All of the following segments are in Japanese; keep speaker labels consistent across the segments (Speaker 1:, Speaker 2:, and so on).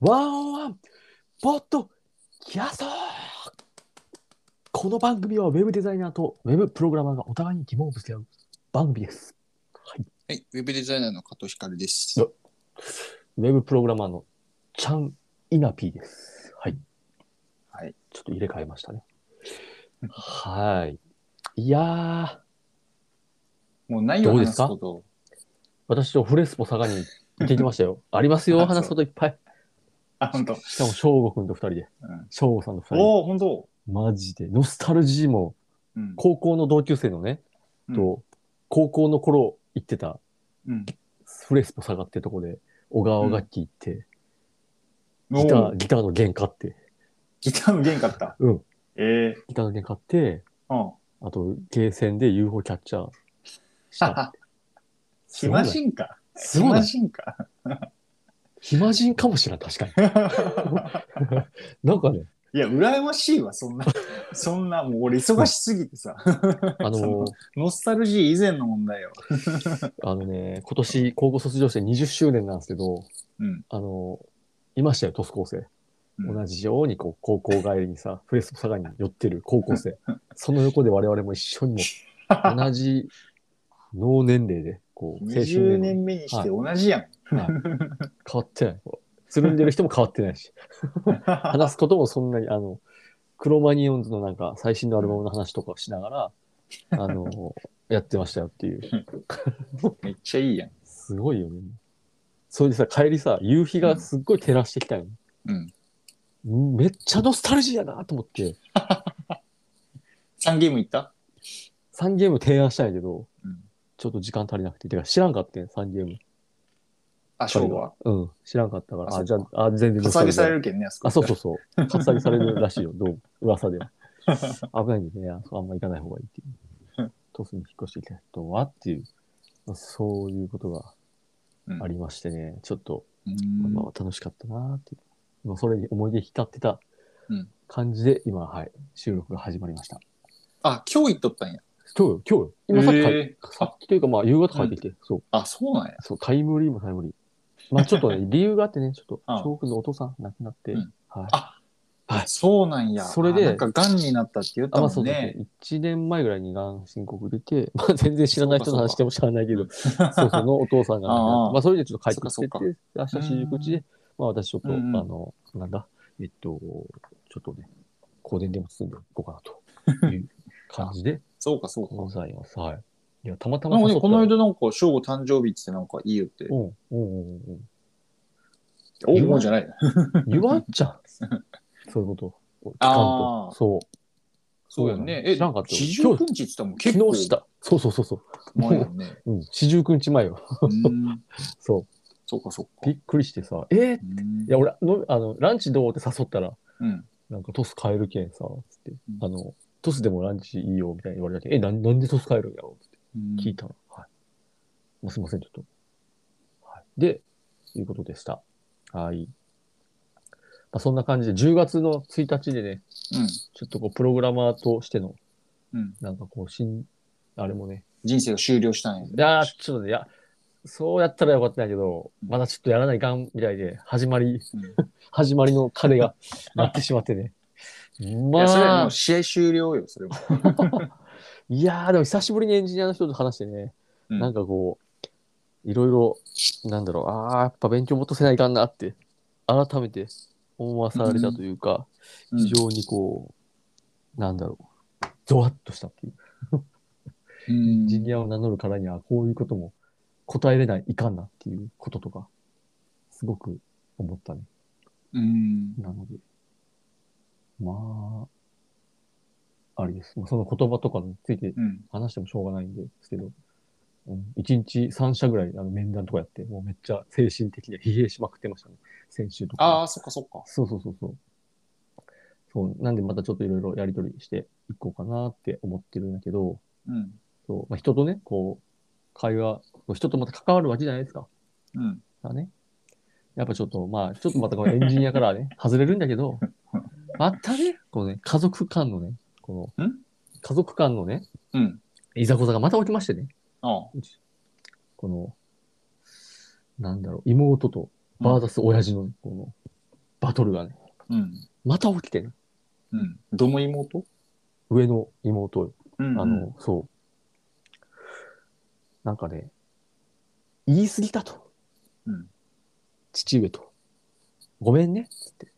Speaker 1: ワンオンワンポッドキャストこの番組はウェブデザイナーとウェブプログラマーがお互いに疑問をぶつけ合う番組です。
Speaker 2: はい、ウェブデザイナーの加藤光です。
Speaker 1: よ
Speaker 2: よ
Speaker 1: ウェブプログラマーのチャン・イナピーです。はい。
Speaker 2: はい。
Speaker 1: ちょっと入れ替えましたね。はい。いやー、
Speaker 2: もう何
Speaker 1: ど
Speaker 2: を
Speaker 1: うで
Speaker 2: 話
Speaker 1: す
Speaker 2: す
Speaker 1: か
Speaker 2: こと
Speaker 1: 私とフレスポ佐賀に行ってきました よ。ありますよ、
Speaker 2: あそう
Speaker 1: 話すこといっぱい。
Speaker 2: あ、本当。
Speaker 1: しかも、翔吾くんと二人で
Speaker 2: うん。
Speaker 1: 翔吾さんと二人
Speaker 2: おお、本当。
Speaker 1: マジで。ノスタルジーも、
Speaker 2: うん。
Speaker 1: 高校の同級生のね、と、高校の頃行ってた
Speaker 2: うん。
Speaker 1: フレスポ下がってとこで、小川楽器行って、
Speaker 2: お
Speaker 1: ギター、
Speaker 2: ー
Speaker 1: ギターの弦買って、
Speaker 2: ギターの弦買った。
Speaker 1: うん。
Speaker 2: ええ
Speaker 1: ギターの弦買って、
Speaker 2: うん。
Speaker 1: あと、ゲーセンで UFO キャッチャーした。すごい
Speaker 2: 暇
Speaker 1: ね
Speaker 2: 人か。
Speaker 1: すごいね
Speaker 2: 暇人か。
Speaker 1: 暇人かもしれん、 確かに。なんかね、
Speaker 2: いや、羨ましいわ、そんな。 そんな、もう俺忙しすぎてさ。
Speaker 1: あ
Speaker 2: そ
Speaker 1: の
Speaker 2: う、ノスタルジー以前の問題よ。
Speaker 1: あのね、今年高校卒業して20周年なんですけど、
Speaker 2: うん。
Speaker 1: あの、いましたよ、トス高生。
Speaker 2: うん
Speaker 1: 同じようにこう高校帰りにさ、フレスポ佐賀に寄ってる高校生。その横で我々も一緒にもう同じ脳年齢で、こう、
Speaker 2: 20
Speaker 1: 齢
Speaker 2: 年目にして同じやん。
Speaker 1: 変わってない。こうつるんでる人も変わってない し、話すこともそんなに、あの、クロマニオンズのなんか最新のアルバムの話とかをしながら、あの、やってましたよっていう。
Speaker 2: めっちゃいいやん。
Speaker 1: すごいよね。それでさ、帰りさ、夕日がすっごい照らしてきたよ、
Speaker 2: うん。
Speaker 1: めっちゃノスタルジーやなと思って、
Speaker 2: 3ゲームいった
Speaker 1: 3ゲーム提案したんやけど、
Speaker 2: うん
Speaker 1: ちょっと時間足りなくて、てか知らんかったよ、3ゲーム。
Speaker 2: あ、勝負は。
Speaker 1: うん、知らんかったから、
Speaker 2: あ
Speaker 1: あ、
Speaker 2: そう
Speaker 1: じゃあ、あ全然
Speaker 2: か
Speaker 1: ノスタ
Speaker 2: さ
Speaker 1: ル
Speaker 2: げ
Speaker 1: ジー
Speaker 2: さ
Speaker 1: や
Speaker 2: れるけんね、あそこ。
Speaker 1: あ、そうそうそう。かっさりされるらしいよ、どう噂 では。危ないんでね、ああんま行かない方がいいっていうう。トスに引っ越してきた人はっていう、まあそういうことが
Speaker 2: うん
Speaker 1: ありましてね、ちょっと、
Speaker 2: うー
Speaker 1: まあ
Speaker 2: ん
Speaker 1: まあ楽しかったなーっていう。まあそれに思い出浸ってた
Speaker 2: うん
Speaker 1: 感じで、今、はい、収録が始まりました。
Speaker 2: あ、今日行っとったんや。
Speaker 1: 今日よ、今日よ。今さっき帰っ、
Speaker 2: えー
Speaker 1: さっきというか、まあ夕方帰ってきて、そう、
Speaker 2: あ、そうなんや。
Speaker 1: そう、タイムリーもタイムリー。まあちょっと ね、理由があってね、ちょっと、
Speaker 2: ああ
Speaker 1: 翔くんのお父さん亡くなって、
Speaker 2: うん
Speaker 1: はい。はい
Speaker 2: そうなんや。
Speaker 1: それで
Speaker 2: あなんか癌になったって言った
Speaker 1: あ、ま
Speaker 2: も
Speaker 1: あそ
Speaker 2: ん
Speaker 1: うですね
Speaker 2: ね。。
Speaker 1: 1年前ぐらいにがん申告出て、 まあ全然知らない人の話しても知らないけど、そうそのお父さんが、
Speaker 2: ああ
Speaker 1: まあそれでちょっと帰ってき
Speaker 2: そ
Speaker 1: て
Speaker 2: うかそ
Speaker 1: て、明日新宿口で、まあ私ちょっと、
Speaker 2: うんうん
Speaker 1: あの、なんだ、えっと、ちょっとね、香典でも包んでいこうかなという感じ で
Speaker 2: そうか、そうか。
Speaker 1: ございます。はい。いや、たまたま
Speaker 2: なんかね、この
Speaker 1: 間、
Speaker 2: 間なんか、正午誕生日ってなんかいいよって
Speaker 1: う。ん、うん、うんうん。
Speaker 2: お
Speaker 1: 言わん
Speaker 2: もうじゃない。
Speaker 1: 言わんじ ゃん。そういうこと。聞かん
Speaker 2: あ
Speaker 1: と。
Speaker 2: あ
Speaker 1: そう。
Speaker 2: そうやんね。
Speaker 1: そうやん
Speaker 2: え、
Speaker 1: 知らんかったよ
Speaker 2: 四十九日って言ったらもう結
Speaker 1: 昨
Speaker 2: 構
Speaker 1: 日した。そうそうそうそう。
Speaker 2: 前やんね。
Speaker 1: うん。四十九日前よ。
Speaker 2: うーん
Speaker 1: そ
Speaker 2: そうか、そう
Speaker 1: う。
Speaker 2: か。
Speaker 1: びっくりしてさ、えー
Speaker 2: うー
Speaker 1: い
Speaker 2: ん
Speaker 1: や、俺のあの、ランチどうって誘ったら、
Speaker 2: うん。
Speaker 1: なんかトス買えるけんさ、つって、
Speaker 2: ん
Speaker 1: あの、トスでもランチいいよ、みたいに言われたけん、え、なんなんでトス買えるんやろうって
Speaker 2: うん
Speaker 1: 聞いたら、はい。もうすいません、ちょっと。はい。で、いうことでした。はい。まあ、そんな感じで、10月の1日でね、
Speaker 2: うん。
Speaker 1: ちょっとこう、プログラマーとしての、
Speaker 2: うん
Speaker 1: なんかこう、新、あれもね、
Speaker 2: 人生が終了したんや。
Speaker 1: いやーちょっとね、いや、そうやったらよかったんやけど、まだちょっとやらないかんみたいで、始まり、
Speaker 2: うん
Speaker 1: 始まりの鐘 が鳴ってしまってね。
Speaker 2: いや、それは
Speaker 1: ま
Speaker 2: も
Speaker 1: あ
Speaker 2: う、試合終了よ、それは。
Speaker 1: いやー、でも久しぶりにエンジニアの人と話してね、
Speaker 2: うん
Speaker 1: なんかこう、いろいろ、なんだろう、ああ、やっぱ勉強もっとせないかんなって、改めて思わされたというか、
Speaker 2: うん
Speaker 1: 非常にこう、なんだろう、ゾワッとしたっていう。
Speaker 2: う
Speaker 1: エン
Speaker 2: ん
Speaker 1: ジニアを名乗るからには、こういうことも答えれない、いかんなっていうこととか、すごく思ったね。
Speaker 2: うん。
Speaker 1: なので、まあ、あれです。まあその言葉とかについて
Speaker 2: うん。
Speaker 1: 話してもしょうがないんですけど、うん、1日3社ぐらいあの面談とかやって、もうめっちゃ精神的に疲弊しまくってましたね。先週とか。
Speaker 2: ああ、そっか、そっか。
Speaker 1: そうそうそうそう。そう、なんでまたちょっといろいろやりとりしていこうかなって思ってるんだけど、
Speaker 2: うん。
Speaker 1: そう、まあ、人とね、こう、会話、人とまた関わるわけじゃないですか。
Speaker 2: うん。
Speaker 1: だね。やっぱちょっと、まあ、ちょっとまたこのエンジニアからはね、 外れるんだけど、またね、このね、家族間のね、この
Speaker 2: ん、
Speaker 1: 家族間のね、
Speaker 2: うん。
Speaker 1: いざこざがまた起きましてね、
Speaker 2: ああ。
Speaker 1: この、なんだろう、妹とバーザス親父のね、この、バトルがね。
Speaker 2: うん。
Speaker 1: また起きてね。
Speaker 2: うん。どの妹
Speaker 1: 上の妹よ
Speaker 2: うん
Speaker 1: あの、、そう。なんかね、言い過ぎたと。
Speaker 2: うん
Speaker 1: 父上と。ごめんね、つって。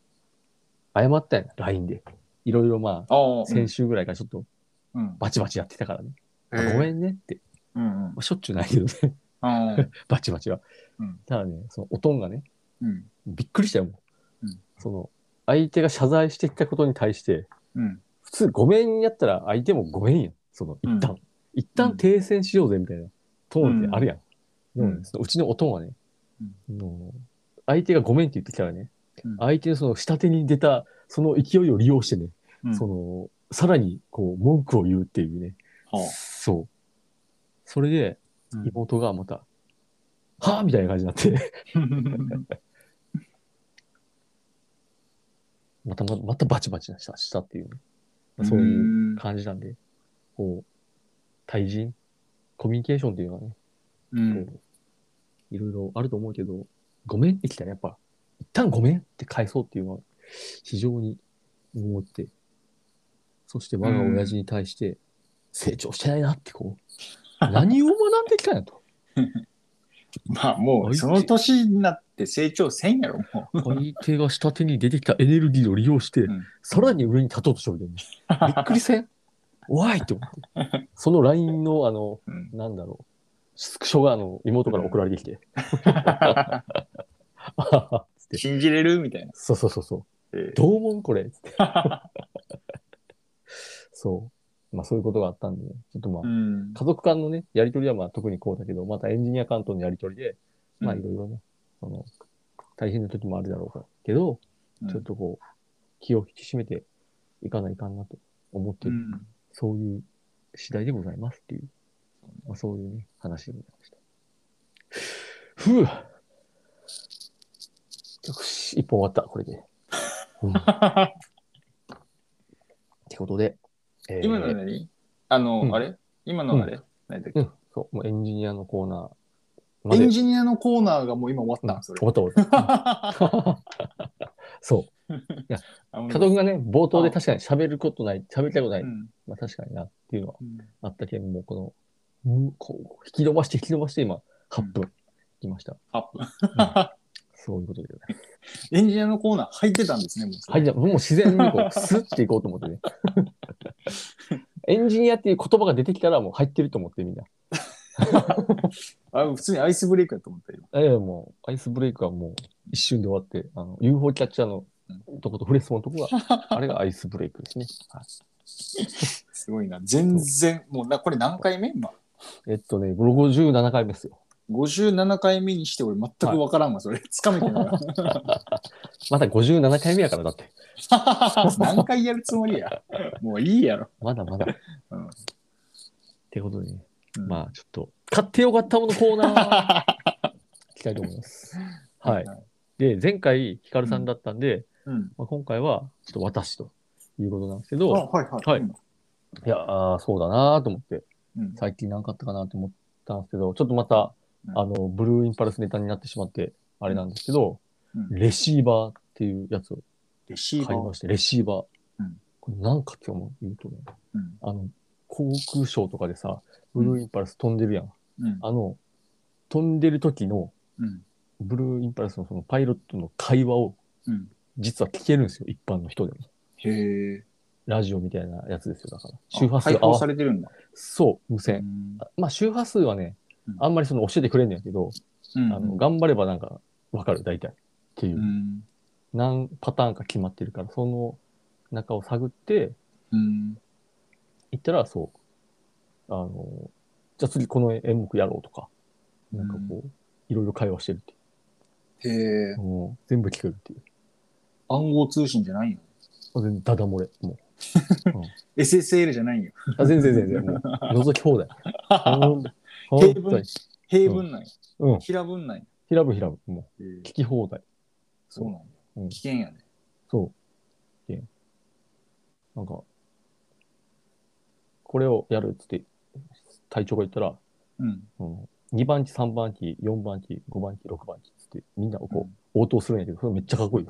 Speaker 1: 謝ったやん、LINE で。いろいろま
Speaker 2: ああ
Speaker 1: あ、、先週ぐらいからちょっと
Speaker 2: うん。
Speaker 1: バチバチやってたからね。
Speaker 2: うん
Speaker 1: ごめんねって。
Speaker 2: うんうん
Speaker 1: まあ、しょっちゅうないけどね、
Speaker 2: ああ。
Speaker 1: バチバチは。
Speaker 2: うん
Speaker 1: ただね、そのおとんがね、
Speaker 2: うん。
Speaker 1: びっくりしたよ、もう。
Speaker 2: うん
Speaker 1: その、相手が謝罪してきたことに対して、
Speaker 2: うん。
Speaker 1: 普通ごめんやったら相手もごめんやん。その、一旦。
Speaker 2: う
Speaker 1: 一旦停戦しようぜみたいなトーンってあるやん。
Speaker 2: うん
Speaker 1: でもねそのうちのおとんはね、
Speaker 2: う
Speaker 1: もう相手がごめんって言ってきたらね、
Speaker 2: うん
Speaker 1: 相手のその下手に出たその勢いを利用してね、
Speaker 2: うん
Speaker 1: その、さらにこう文句を言うっていうね。
Speaker 2: は
Speaker 1: そう。それで
Speaker 2: あうん
Speaker 1: 妹がまた、はぁみたいな感じになって、 またままたバチバチしたしたっていうね、 そういう
Speaker 2: うん
Speaker 1: 感じなんで、こう、対人、コミュニケーションっていうのはね、
Speaker 2: うん。
Speaker 1: こういろいろあると思うけど、ごめんってきたらやっぱ、一旦ごめんって返そうっていうのは非常に思って、そして我が親父に対して成長してないなってこう、何を学んできたんやと。
Speaker 2: まあもう、その年になって成長せんやろ、もう。
Speaker 1: 相手が下手に出てきたエネルギーを利用して、
Speaker 2: ん
Speaker 1: さらに上に立とうとしてるんだよね。びっくりせんわいって思って。その LINE のあの、
Speaker 2: うん
Speaker 1: なんだろう、スクショがあの妹から送られてきて、あははつって
Speaker 2: 信じれるみたいな。
Speaker 1: そうそうそうそう。
Speaker 2: え
Speaker 1: どう思うこ れっつって。そう。まあそういうことがあったんで、ね、ちょっとまあ、
Speaker 2: えうん
Speaker 1: 家族間のね、やりとりはまあ特にこうだけど、またエンジニア間とのやりとりで、まあ
Speaker 2: うん
Speaker 1: いろいろね、その、大変な時もあるだろうから、けど、
Speaker 2: うん
Speaker 1: ちょっとこう、気を引き締めていかないかんなと思って
Speaker 2: う
Speaker 1: る、
Speaker 2: ん
Speaker 1: そういう次第でございますっていう、まあそういうね、話でございました。ふぅよし、一本終わった、これで。 うんってことで、えー
Speaker 2: 今の何あの、
Speaker 1: うん
Speaker 2: あれ今のあれ、何だっけ
Speaker 1: うん、そう、もうエンジニアのコーナーま
Speaker 2: エ
Speaker 1: で
Speaker 2: ンジニアのコーナーがもう今終わった
Speaker 1: なん
Speaker 2: それ
Speaker 1: 終。わった終わ った。そう。
Speaker 2: あ
Speaker 1: 加藤君がね、冒頭で確かに喋ることない、喋りたいことない、
Speaker 2: うん
Speaker 1: まあ確かになっていうのは
Speaker 2: うん
Speaker 1: あったけど、もうこの、むこう、引き伸ばして引き伸ばして今、8分いました。
Speaker 2: アップ
Speaker 1: そういうことでございます。
Speaker 2: エンジニアのコーナー入ってたんですね、もうそ
Speaker 1: は
Speaker 2: れ。
Speaker 1: い、じゃあもう自然に こう、スッていこうと思ってね。エンジニアっていう言葉が出てきたらもう入ってると思ってみんな。
Speaker 2: あ普通にアイスブレイクだと思ったよ。
Speaker 1: いやいやもう、アイスブレイクはもう一瞬で終わって、あの、UFO キャッチャーのとことフレスモのと こが、あれがアイスブレイクですね。はい
Speaker 2: すごいな。全然、もうな、これ何回目今。
Speaker 1: えっとね、57回目ですよ。
Speaker 2: 57回目にして俺全くわからんわ、それ。 つかめてない わ。
Speaker 1: まだ57回目やから、だって。
Speaker 2: 何回やるつもりや。もういいやろ。
Speaker 1: まだまだ。
Speaker 2: うん
Speaker 1: ってことでね、
Speaker 2: うん
Speaker 1: まあちょっと、買ってよかったものコー ナー、いきたいと思います。はい。で、前回、ヒカルさんだったんで、
Speaker 2: うん。
Speaker 1: まあ、今回は、ちょっと私ということなんですけ
Speaker 2: あ、
Speaker 1: ど、
Speaker 2: はいはい。
Speaker 1: はいいや、あーそうだなーと思って、
Speaker 2: うん。
Speaker 1: 最近何かあったかなと思ったんですけど、ちょっとまた、
Speaker 2: うん
Speaker 1: あの、ブルーインパルスネタになってしまって、あれなんですけど、
Speaker 2: うん
Speaker 1: レシーバーっていうやつを
Speaker 2: レシーバ
Speaker 1: 買い
Speaker 2: ー
Speaker 1: ま。して、レシーバー。
Speaker 2: うん
Speaker 1: これなんか今日も言うとね、
Speaker 2: うん。
Speaker 1: あの、航空ショーとかでさ、ブルーインパルス飛んでるやん。
Speaker 2: うん。
Speaker 1: あの、飛んでる時の、
Speaker 2: うん。
Speaker 1: ブルーインパルスのそのパイロットの会話を、
Speaker 2: うん。
Speaker 1: 実は聞けるんですよ、一般の人でも。
Speaker 2: へえ。
Speaker 1: ラジオみたいなやつですよ、だから。
Speaker 2: あ
Speaker 1: 周波数
Speaker 2: 開
Speaker 1: 合
Speaker 2: 放
Speaker 1: わ
Speaker 2: さ
Speaker 1: せ、
Speaker 2: れてるんだ。
Speaker 1: そう、無線。
Speaker 2: ん
Speaker 1: あまあ、周波数はね
Speaker 2: うん、
Speaker 1: あんまりその教えてくれんねやけど、
Speaker 2: うん
Speaker 1: あの、頑張ればなんか、わかる、大体。っていうう、
Speaker 2: ん。
Speaker 1: 何パターンか決まってるから、その中を探って、
Speaker 2: うん。
Speaker 1: 行ったら、そう、あの、じゃあ次この演目やろうとか、なんかこう、いろいろ会話してるってい
Speaker 2: へえ
Speaker 1: う。。もう全部聞けるっていう。
Speaker 2: 暗号通信じゃないよ。
Speaker 1: あ全然ダダ漏れ。も
Speaker 2: SSL じゃないよ。
Speaker 1: う。あ全然全然。もう、覗き放題。本当に
Speaker 2: 平分平文なんや。
Speaker 1: うん。
Speaker 2: 平文なんや。
Speaker 1: ひらぶひらぶ。も
Speaker 2: へ
Speaker 1: う、
Speaker 2: え
Speaker 1: 聞き放題。
Speaker 2: そうなんや
Speaker 1: うん。
Speaker 2: 危険やね。
Speaker 1: そう。で、なんか、これをやるっつって、隊長が言ったら、
Speaker 2: うん。
Speaker 1: うん、2番機、3番機、4番機、5番機、6番機っつって、みんなこう、応答するんやけど、それめっちゃかっこいい。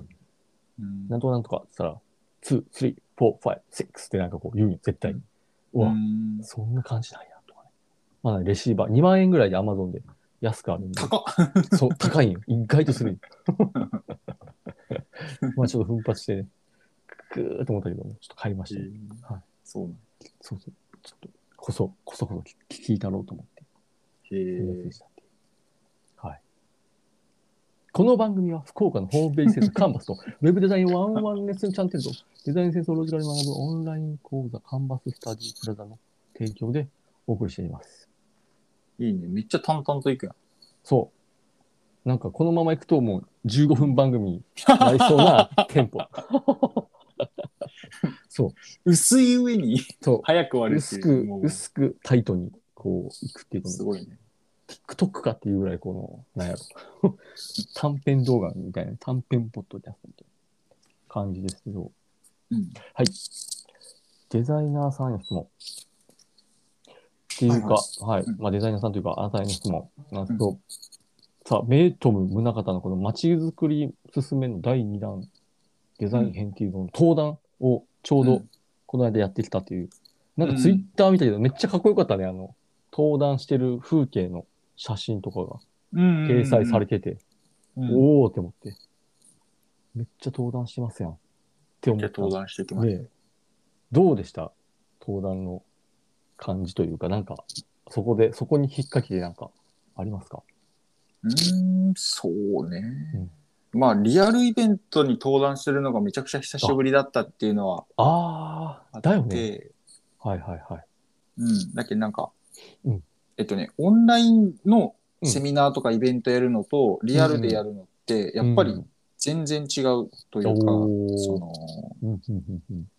Speaker 2: うん
Speaker 1: なんとかなんとかって言ったら、2、3、4、5、6ってなんかこう言うよ、絶対に。うわ、
Speaker 2: うん
Speaker 1: そんな感じなんや、とかね。まあ、レシーバー、2万円ぐらいで Amazon で安くあるんで。
Speaker 2: 高っ
Speaker 1: そう、高いんよ。意外とするんよ。まあちょっと奮発してね、ぐーっと思ったけども、ちょっと買いました、はい
Speaker 2: そうなん
Speaker 1: そうそう。ちょっと、こそ、こそこそ聞聞いたろうと思って、
Speaker 2: へ
Speaker 1: お願
Speaker 2: え
Speaker 1: い。したっていうはい。この番組は福岡のホームページ制作カンバスと、ウェブデザインワンワンレッスンチャンネルと、デザインセンスをロジカルに学ぶオンライン講座カンバススタディプラザの提供でお送りしています。
Speaker 2: いいね。めっちゃ淡々といくやん。
Speaker 1: そう。なんかこのまま行くともう15分番組になりそうなテン ポ。そう。
Speaker 2: 薄い上に
Speaker 1: そ
Speaker 2: 早く終わ
Speaker 1: う。
Speaker 2: る
Speaker 1: 薄
Speaker 2: っていう
Speaker 1: く
Speaker 2: も、う
Speaker 1: 薄くタイトにこう行くっていうこ
Speaker 2: す
Speaker 1: の、
Speaker 2: ごいね。
Speaker 1: TikTok かっていうぐらいこの、なんやろ。 短編動画みたいな、短編ポッドキャストみたいな感じですけど。
Speaker 2: うん。
Speaker 1: はい。デザイナーさんへの質問。っていうか、はい、
Speaker 2: うん
Speaker 1: まあ、デザイナーさんというか、あなたへの質問なんですけど、さあ、メイトム宗方のこの街づくり進めの第2弾、デザイン編っていうのの登壇をちょう
Speaker 2: う
Speaker 1: ど
Speaker 2: ん
Speaker 1: この間やってきたという、なん
Speaker 2: う
Speaker 1: か
Speaker 2: ん
Speaker 1: ツイッター見たけど、めっちゃかっこよかったね、あの、登壇してる風景の写真とか
Speaker 2: うん
Speaker 1: が掲載されてて、
Speaker 2: うん
Speaker 1: おーって思って、めっちゃ登壇してますやんって思っ
Speaker 2: じゃ
Speaker 1: た
Speaker 2: あ。登壇してきます。
Speaker 1: で、どうでした登壇の感じというか、なんか、そこで、そこに引っ掛けでなんか、ありますか
Speaker 2: うーん、そうね。まあ、リアルイベントに登壇するのがめちゃくちゃ久しぶりだったっていうのは
Speaker 1: あ
Speaker 2: あ
Speaker 1: あ、
Speaker 2: っ
Speaker 1: だよ
Speaker 2: て、
Speaker 1: ね。はいはいはい。
Speaker 2: うん。だけどなんか、
Speaker 1: うん
Speaker 2: えっとね、オンラインのセミナーとかイベントやるのと、リアルでやるのって、やっぱ
Speaker 1: うん
Speaker 2: り全然違うというか、
Speaker 1: おー
Speaker 2: その、
Speaker 1: うんうんうんうん。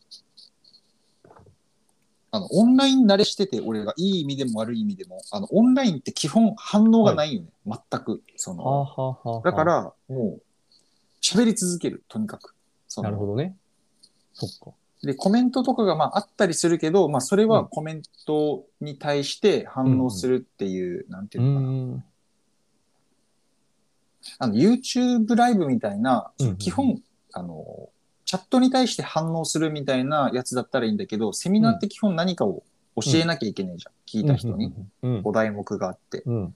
Speaker 2: あの、オンライン慣れしてて、俺がいい意味でも悪い意味でも、あの、オンラインって基本反応がないよね。全く。そ
Speaker 1: あ
Speaker 2: の、
Speaker 1: ーはーはーはー
Speaker 2: だか、ら、もう、喋り続ける、とにかく。その
Speaker 1: なるほどね。そっか。
Speaker 2: で、コメントとかがまああったりするけど、まあそれ
Speaker 1: う
Speaker 2: は
Speaker 1: ん
Speaker 2: コメントに対して反応するっていう、なんていううのかな。
Speaker 1: ーん。
Speaker 2: あの、YouTube ライブみたいな、
Speaker 1: うんうん
Speaker 2: 基本、あの、チャットに対して反応するみたいなやつだったらいいんだけど、セミナーって基本何かを教えなきゃいけないじゃん。聞いた人に。
Speaker 1: うん。
Speaker 2: お題目があって。だ
Speaker 1: うん。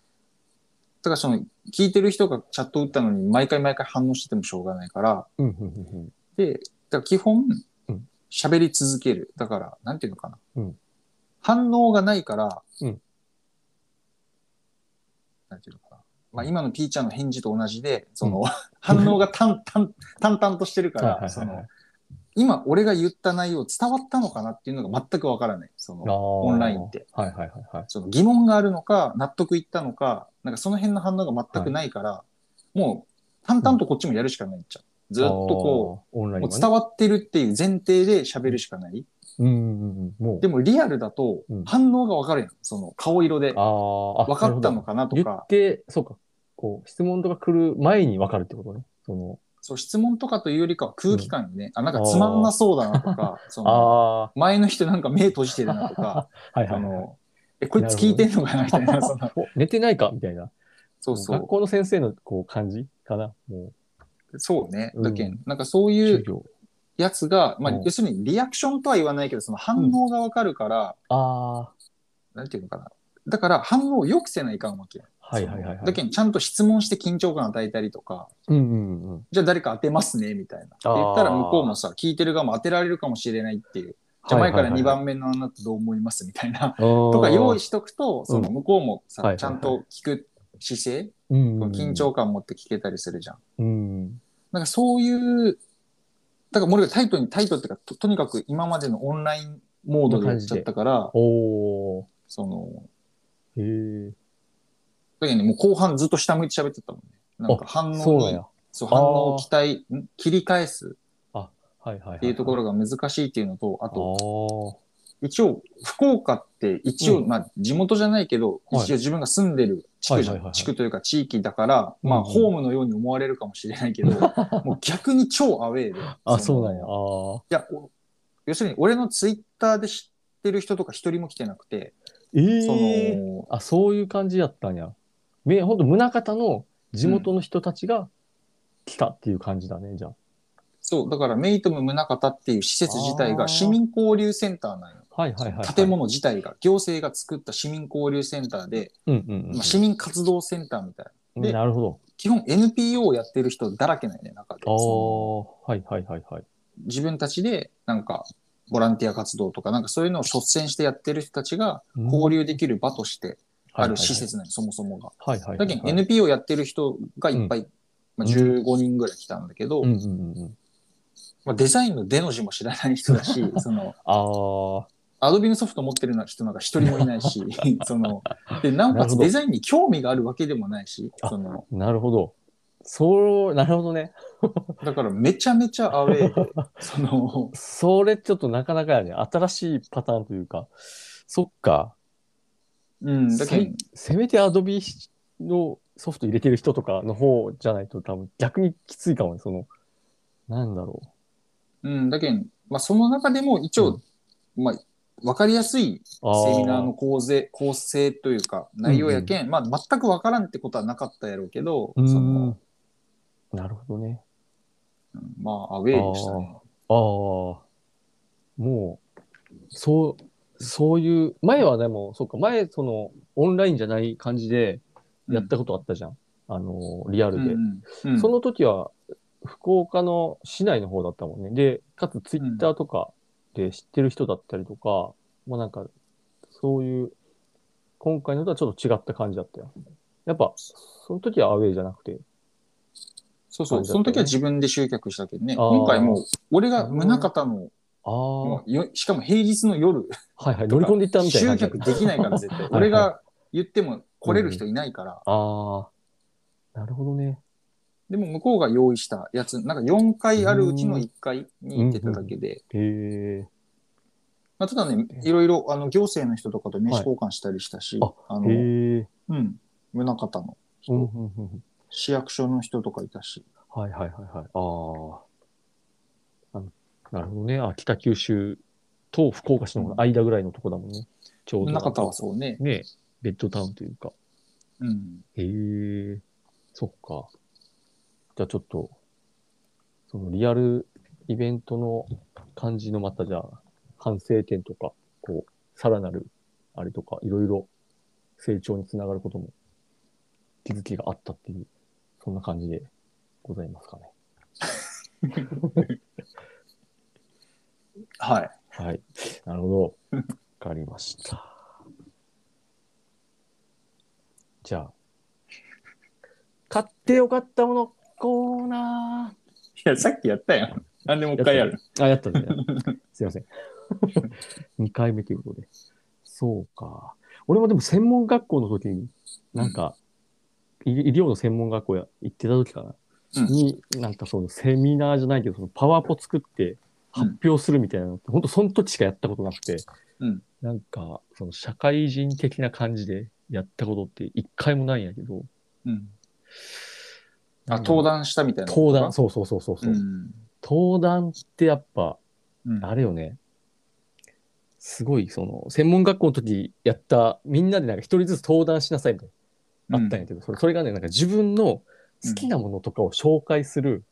Speaker 2: からその、聞いてる人がチャット打ったのに毎回毎回反応しててもしょうがないから、
Speaker 1: うん。うん。うん
Speaker 2: で、だから基本
Speaker 1: うん、
Speaker 2: 喋り続ける。だから、なんていうのかな。
Speaker 1: うん
Speaker 2: 反応がないから、
Speaker 1: うん
Speaker 2: なんていうのかな。まあ、今のピーちゃんの返事と同じで、その、 反応が淡々、淡々としてるか
Speaker 1: はいはいはいは
Speaker 2: ら、
Speaker 1: い
Speaker 2: その、今俺が言った内容伝わったのかなっていうのが全くわからない。そ
Speaker 1: あー
Speaker 2: の、オンラインって。
Speaker 1: はいはいはいはい。
Speaker 2: その疑問があるのか、納得いったのか、なんかその辺の反応が全くないから、もう、淡々とこっちもやるしかないっちゃう。ずっとこう、
Speaker 1: う、オンライン
Speaker 2: も
Speaker 1: は
Speaker 2: う
Speaker 1: ね
Speaker 2: 伝わってるっていう前提で喋るしかない。
Speaker 1: うんうんうん。もう
Speaker 2: で、もリアルだと
Speaker 1: うん
Speaker 2: 反応が分かるやん。その顔色で。
Speaker 1: ああ、
Speaker 2: 分かったのかなと
Speaker 1: 言っ
Speaker 2: か。
Speaker 1: て、そうか。こう、質問とか来る前に分かるってことね。その、
Speaker 2: そう、質問とかというよりかは空気感にね、あ、なんかつまんなそうだなとか、その、
Speaker 1: あ
Speaker 2: 前の人なんか目閉じてるな とか、
Speaker 1: あ、はいはいはい。
Speaker 2: あの、え、こいつ聞いてんのかなみたいな、その、
Speaker 1: お寝てないかみたいな。
Speaker 2: そうそ
Speaker 1: 学校の先生のこう感じかな。も
Speaker 2: う。そうね。
Speaker 1: うん
Speaker 2: だけん、なんかそう
Speaker 1: う、
Speaker 2: い
Speaker 1: 授
Speaker 2: う
Speaker 1: 業。
Speaker 2: やつが、まあ
Speaker 1: うん、
Speaker 2: 要するにリアクションとは言わないけど、その反応が分かるから、
Speaker 1: あ
Speaker 2: なんていうのかな。だから反応を良くせないかんわけやん。
Speaker 1: あ、はいはいはい、
Speaker 2: そ
Speaker 1: は
Speaker 2: の
Speaker 1: い。
Speaker 2: だけん、ちゃんと質問して緊張感与えたりとか、
Speaker 1: うんうんうん。
Speaker 2: じゃあ誰か当てますね、みたいな。って
Speaker 1: あー
Speaker 2: 言ったら向こうもさ、聞いてる側も当てられるかもしれないっていう。じゃあ前から2
Speaker 1: 目
Speaker 2: 番目のあなたどう思いますみたいな。
Speaker 1: と
Speaker 2: とか用意しとくと、その
Speaker 1: う
Speaker 2: 向こうも
Speaker 1: はいはい
Speaker 2: さ、
Speaker 1: はい
Speaker 2: ちゃんと聞く姿勢、緊張感持って聞けたりするじゃん。
Speaker 1: うん。
Speaker 2: なんかそういう、だからもう俺がタイトに、タイトっていうか、ととにかく今までのオンラインモードでやっちゃったから、
Speaker 1: おー。
Speaker 2: その、
Speaker 1: へえ。
Speaker 2: だけどね、もう後半ずっと下向いて喋ってたもんね。なんか反応
Speaker 1: そうなん
Speaker 2: に
Speaker 1: や。、
Speaker 2: そう反応を期待、ん切り返す
Speaker 1: はいはいはい。っ
Speaker 2: っていうとこ
Speaker 1: ろ
Speaker 2: ろが難しいっていうのと、あと、
Speaker 1: と。
Speaker 2: 一応、福岡って一応、
Speaker 1: うん
Speaker 2: まあ地元じゃないけど、
Speaker 1: はい
Speaker 2: 一応自分が住んでる地区じゃ
Speaker 1: はいはい
Speaker 2: ん、
Speaker 1: はいはい
Speaker 2: 地区というか地域だから、
Speaker 1: うん
Speaker 2: まあホームのように思われるかもしれない けど、もう逆に超アウェーで。
Speaker 1: ああ、
Speaker 2: の
Speaker 1: そうなんや。あー
Speaker 2: いや、お要するに俺のツイッターで知ってる人とか一人も来てなくて、そ
Speaker 1: ええ。
Speaker 2: の、
Speaker 1: あ、そういう感じやったんや。め、ほんと、宗像の地元の人たちが来たっていう感じだね、じゃあ。
Speaker 2: そう、だからメイトム宗方っていう施設自体
Speaker 1: あー
Speaker 2: が市民交流センターなんよ。
Speaker 1: はいはいはいはい。
Speaker 2: 建物自体が、行政が作った市民交流センターで、
Speaker 1: うんうんうん
Speaker 2: まあ、市民活動センターみたいな。で
Speaker 1: なるほ
Speaker 2: 基本 NPO をやってる人だらけなんよね、中で。
Speaker 1: ど。ああ、はいはいはいはい。
Speaker 2: 自分たちで、なんか、ボランティア活動とか、なんかそういうのを率先してやってる人たちが
Speaker 1: うん
Speaker 2: 交流できる場としてある施。設なの、そもそもが。
Speaker 1: はいはいはい。
Speaker 2: だけど
Speaker 1: はいはい
Speaker 2: NPO やってる人がいっぱい、まあ、15人ぐらい来たんだけど、
Speaker 1: うんうんうんうん。
Speaker 2: まあ、デザインの出の字も知らない人 だし、その、
Speaker 1: あ
Speaker 2: アドビのソフト持ってる人なんか一人もいな いし、その、で、なお
Speaker 1: なる
Speaker 2: か
Speaker 1: ほ
Speaker 2: つ
Speaker 1: ど
Speaker 2: デザインに興味があるわけでもないし、
Speaker 1: あ
Speaker 2: その、
Speaker 1: あ、なるほど。そう、なるほどね。
Speaker 2: だからめちゃめちゃアウ ェーで、その、
Speaker 1: それちょっとなかなかやね。新しいパターンというか。そっか。
Speaker 2: うん、だけど
Speaker 1: せ、せめて Adobe のソフト入れてる人とかの方じゃないと多分逆にきついかもね。その、なんだろ。
Speaker 2: うん、だけど、まあその中でも一応、まあ、わかりやすいう
Speaker 1: あ
Speaker 2: セミナーの構成、構成というか、内容やけん、まあ全くわからんってことはなかったやろうけど、
Speaker 1: うん
Speaker 2: その、
Speaker 1: なるほどね。
Speaker 2: うんまあアウェーでしたね。
Speaker 1: ああ、もう、そう、そういう、前はでも、そうか、前、その、オンラインじゃない感じでやったことあったじゃん。あの、リアルで。
Speaker 2: うんうんうん
Speaker 1: その時は、福岡の市内の方だったもんね。で、かつツイッターとかで知ってる人だったりとか、もうなんか、そういう、今回のとはちょっと違った感じだったよ。やっぱ、その時はアウェイじゃなくて。
Speaker 2: そうそう、その時は自分で集客したけどね、
Speaker 1: あー
Speaker 2: 今回もう、俺が宗方の、
Speaker 1: あ
Speaker 2: も
Speaker 1: あ、
Speaker 2: うよしかも平日の夜、
Speaker 1: はいはい、乗り込んでいったみたいな感
Speaker 2: 集
Speaker 1: じだった
Speaker 2: 客できないから絶対
Speaker 1: 。いはい
Speaker 2: 俺が言っても来れる人いないから、
Speaker 1: ああ、なるほどね。
Speaker 2: でも向こうが用意したやつ、なんか4回あるうちの1回に行ってただけで、
Speaker 1: へえ。
Speaker 2: まあ、ただね、いろいろあの行政の人とかと名刺交換したりしたし、
Speaker 1: はい
Speaker 2: あ
Speaker 1: へ
Speaker 2: の、
Speaker 1: え。
Speaker 2: うん、宗方の人、
Speaker 1: うんうんうんうん。
Speaker 2: 市役所の人とかいたし、
Speaker 1: はいはいはいはい。ああ。あのなるほどね。あ、北九州と福岡市の間ぐらいのとこだもんね。ちょうど。
Speaker 2: 宗方はそうね、
Speaker 1: ねベッドタウンというか。
Speaker 2: うん、
Speaker 1: へえ。そっか。じゃあちょっと、そのリアルイベントの感じのまたじゃあ、反省点とか、こう、さらなる、あれとか、いろいろ成長につながることも、気づきがあったっていう、そんな感じでございますかね。
Speaker 2: はい。
Speaker 1: はい。なるほど。わかりました。じゃあ、買ってよかったものコーナー。
Speaker 2: いや、さっきやったやん。なんでもう一回やる。
Speaker 1: あ、やったね。すいません。2回目ということで。そうか。俺もでも専門学校の時に、なんか、医医療の専門学校や行ってた時かな。
Speaker 2: うん
Speaker 1: に、なんかそのセミナーじゃないけど、そのパワーポ作って発表するみたいなのって、ほんとその時しかやったことなくて、
Speaker 2: うん
Speaker 1: なんか、その社会人的な感じでやったことって一回もないんやけど。
Speaker 2: うん。あ、登壇したみたいな。
Speaker 1: 登壇、そうそうそうそう。う
Speaker 2: うん。
Speaker 1: 登壇ってやっぱ、
Speaker 2: うん
Speaker 1: あれよね。すごい、その、専門学校の時やった、みんなでなんか一人ずつ登壇しなさいみたいな、あったんやけど、それそれがね、なんか自分の好きなものとかを紹介する、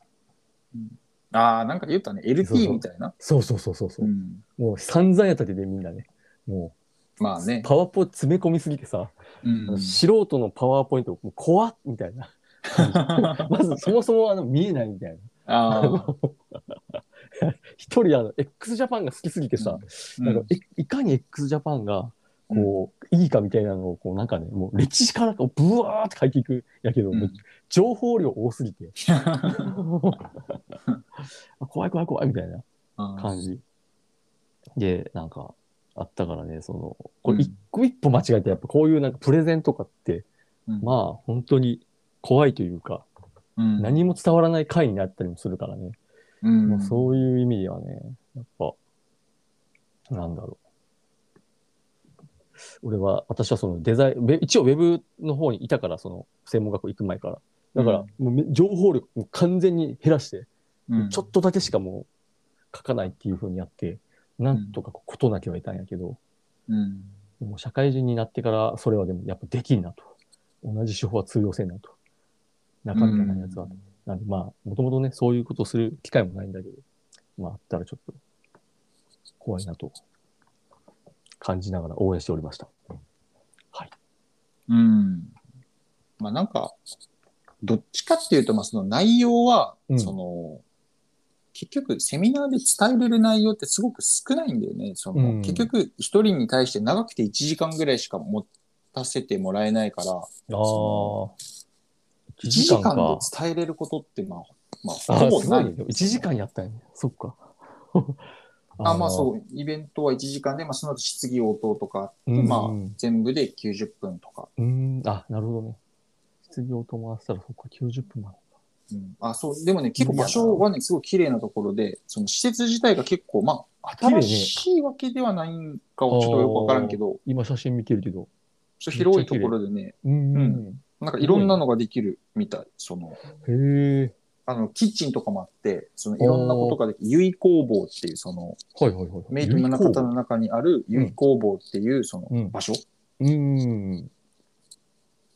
Speaker 2: ああ、なんか言ったね。
Speaker 1: そうそう
Speaker 2: LT みたいな。
Speaker 1: そうそうそうそうそう、
Speaker 2: うん
Speaker 1: もう散々やったでね、みんなね。も
Speaker 2: まあ
Speaker 1: う、
Speaker 2: ね。
Speaker 1: パワーポ詰め込みすぎてさ、
Speaker 2: う ん
Speaker 1: 素人のパワーポイント、もう怖っみたいな。
Speaker 2: あ
Speaker 1: まず、そもそもあの見えないみたいな。
Speaker 2: あ。
Speaker 1: 一人、あの、x ジャパンが好きすぎてさ、
Speaker 2: うん
Speaker 1: なんかえいかに x ジャパンがこう、いいかみたいなのをこうなんかねもう歴史からこうブワーって書いていくんやけど、
Speaker 2: うん
Speaker 1: もう情報量多すぎてあ怖い怖い怖いみたいな感じ、でなんかあったからねそのこ
Speaker 2: うん
Speaker 1: れ一個一歩間違えてやっぱこういうなんかプレゼンとかって、
Speaker 2: うん
Speaker 1: まあ本当に怖いというか、
Speaker 2: うん
Speaker 1: 何も伝わらない回になったりもするからね、
Speaker 2: うん
Speaker 1: もうそういう意味ではね、やっぱ、なんだろう。俺は、私はそのデザイン、ウェ一応ウェブの方にいたから、その専門学校行く前から。だから、もうめ情報力も完全に減らして、
Speaker 2: うん
Speaker 1: ちょっとだけしかもう書かないっていう風にやって、なんとかこうことなきゃいたんやけど、
Speaker 2: うん
Speaker 1: もう社会人になってから、それはでもやっぱできんなと。同じ手法は通用せんなと。中身がないやつは。
Speaker 2: うん
Speaker 1: なんでまあ、もともとね、そういうことをする機会もないんだけど、まあ、あったらちょっと、怖いなと、感じながら応援しておりました。
Speaker 2: うん。まあなんか、どっちかっていうと、まあその内容は、
Speaker 1: うん
Speaker 2: その、結局セミナーで伝えれる内容ってすごく少ないんだよね。その、
Speaker 1: うん
Speaker 2: 結局一人に対して長くて1時間ぐらいしか持たせてもらえないから、
Speaker 1: ああ
Speaker 2: ー。
Speaker 1: 1
Speaker 2: 1
Speaker 1: 時
Speaker 2: 時
Speaker 1: 間
Speaker 2: 間
Speaker 1: か
Speaker 2: で。伝えれることってまあ、まあ
Speaker 1: あ
Speaker 2: ほ
Speaker 1: あ、
Speaker 2: ぼ
Speaker 1: すご
Speaker 2: ないい。
Speaker 1: ね。1時間やったよね。そっか。
Speaker 2: あまあ
Speaker 1: う。
Speaker 2: そう、イベントは1時間で、まあその後質疑応答とかあって、
Speaker 1: うん
Speaker 2: まあ全部で90分とか。
Speaker 1: うん、あ、なるほどね。失業と回したら、そっか、90分なの。
Speaker 2: うん、あ、そう、でもね、結構場所はね、すごい綺麗なところで、その施設自体が結構、まあ、
Speaker 1: 綺麗ね
Speaker 2: 新しいわけではないんかをちょっとよくわからんけど、
Speaker 1: 今写真見てるけど。
Speaker 2: ちょっと広いところでね、
Speaker 1: うん。
Speaker 2: なんかいろんなのができるみたい。その、
Speaker 1: へえ。
Speaker 2: あの、キッチンとかもあって、そのいろんなことができる、ゆい工房っていう、その、
Speaker 1: はいはいはい。
Speaker 2: メイクの
Speaker 1: 有効
Speaker 2: 方の中にあるゆい工房っていう、その
Speaker 1: うん
Speaker 2: 場所っ
Speaker 1: うん。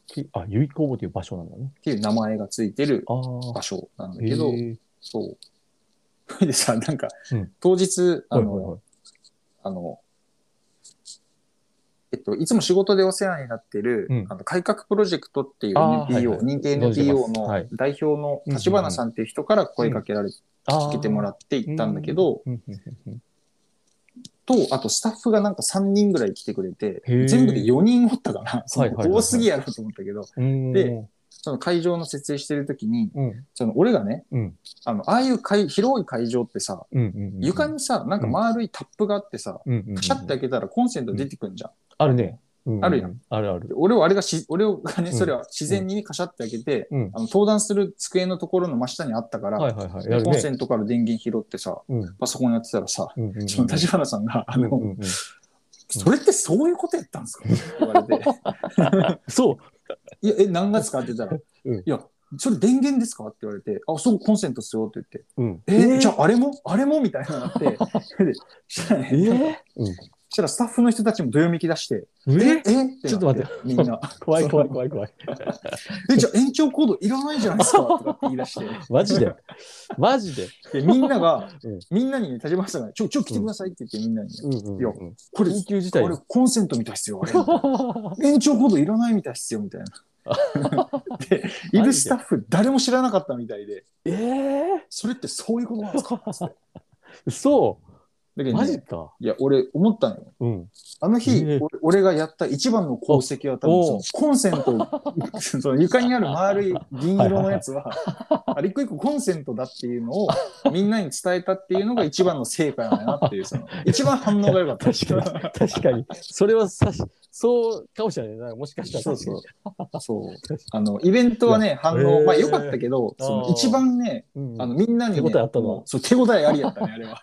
Speaker 1: きあ、ゆい工房という場所なんだね。
Speaker 2: ていう名前がついてる
Speaker 1: あ
Speaker 2: 場
Speaker 1: あ。
Speaker 2: 所なんだ
Speaker 1: へ
Speaker 2: けど、
Speaker 1: え
Speaker 2: そう。そ れでさ、なんか
Speaker 1: うん、
Speaker 2: 当日、あ
Speaker 1: はい
Speaker 2: の、
Speaker 1: はいはい。
Speaker 2: あの、えっと、いつも仕事でお世話になってる、
Speaker 1: うん
Speaker 2: あの改革プロジェクトっていう
Speaker 1: あー
Speaker 2: NPO、
Speaker 1: はいはい
Speaker 2: 認定
Speaker 1: 存じてます
Speaker 2: NPO の
Speaker 1: はい
Speaker 2: 代表の立花さんっていう人から声かけられて、
Speaker 1: あ
Speaker 2: かけてもら
Speaker 1: っ
Speaker 2: って行ったんだけど、
Speaker 1: うんうんうんうん
Speaker 2: と、あとスタッフがなんか3人ぐらい来てくれて
Speaker 1: へー、
Speaker 2: 全部で4人おったから、そ
Speaker 1: はいはいはい
Speaker 2: の多すぎやろと思ったけど、
Speaker 1: うん。
Speaker 2: で、その会場の設営してる時に、
Speaker 1: うん。
Speaker 2: その俺がね、
Speaker 1: うん。
Speaker 2: あの、ああいう会広い会場ってさ、
Speaker 1: うんうんうん。
Speaker 2: 床にさ、なんか丸いタップがあってさ、
Speaker 1: うんうんうん
Speaker 2: カシャって開けたらコンセント出てくんじゃん。
Speaker 1: あるね。う
Speaker 2: あるやん。
Speaker 1: あるある。
Speaker 2: 俺はあれがし、俺がね、
Speaker 1: うん
Speaker 2: それは自然にねカシャって開けて、
Speaker 1: うん。
Speaker 2: あの登壇する机のところの真下にあったから、
Speaker 1: はいはいはい。やる
Speaker 2: コン
Speaker 1: ね
Speaker 2: セ。ントから電源拾ってさ、
Speaker 1: うん。
Speaker 2: パソコンやってたらさ、
Speaker 1: うんうんうん
Speaker 2: その立花さんが、あの、
Speaker 1: うんうんうん
Speaker 2: それってそういうことやったんですかって言わ れて、
Speaker 1: そう。
Speaker 2: いや、え、何月かって言ったら、
Speaker 1: うん
Speaker 2: いや、それ電源ですかって言われて、あ、そう、コンセントっすよって言って、
Speaker 1: うん。
Speaker 2: えーじゃああれもあれもみたいに なって、でしたらね
Speaker 1: えーうん
Speaker 2: したらスタッフの人たちもどよめき出して、
Speaker 1: え
Speaker 2: え
Speaker 1: ー
Speaker 2: えって
Speaker 1: ちょっと
Speaker 2: なっ
Speaker 1: 待
Speaker 2: て
Speaker 1: って、
Speaker 2: みんな、
Speaker 1: 怖い怖い怖い怖い。
Speaker 2: え、じゃあ延長コードいらないじゃないですかとかって言い出して。
Speaker 1: マジ で。マジで。、
Speaker 2: で、みんなが
Speaker 1: うん
Speaker 2: みんなにね、田島さんが、ちょ、ちょ、来てくださいって言って、みんなにね、
Speaker 1: うんうん
Speaker 2: いや
Speaker 1: うん
Speaker 2: これ、
Speaker 1: 緊急事態
Speaker 2: これ
Speaker 1: です。
Speaker 2: コンセントみたいっすよ、あれ。延長コードいらないみたいっすよ、みたいな。 で、いるスタッフ、誰も知らなかったみたいで、
Speaker 1: ええ
Speaker 2: それってそういうことなんです かつって
Speaker 1: ー、そ
Speaker 2: だけ
Speaker 1: う。
Speaker 2: ど
Speaker 1: マ
Speaker 2: ね
Speaker 1: ジ、か。
Speaker 2: いや、俺、思ったんよ。
Speaker 1: うん。
Speaker 2: あの日、
Speaker 1: ええ
Speaker 2: 俺俺がやった一番の功績は多分そ
Speaker 1: お
Speaker 2: の、コンセン ト、その床にある丸い銀色のやつは、あれ一個一個コンセントだっていうのをみんなに伝えたっていうのが一番の成果なんやなっていう、その、一番反応が良かった。
Speaker 1: 確か に。確かに。それはさし、そうかもしれないな。もしかしたら。
Speaker 2: そうそう。そう。あの、イベントはね、反
Speaker 1: へ
Speaker 2: 応、
Speaker 1: ー
Speaker 2: まあ良かったけど、
Speaker 1: あー
Speaker 2: その一番ね、
Speaker 1: うん
Speaker 2: あの、みんなにね、
Speaker 1: 手応えあったの
Speaker 2: もうそう、手応えありやったね、あ れは。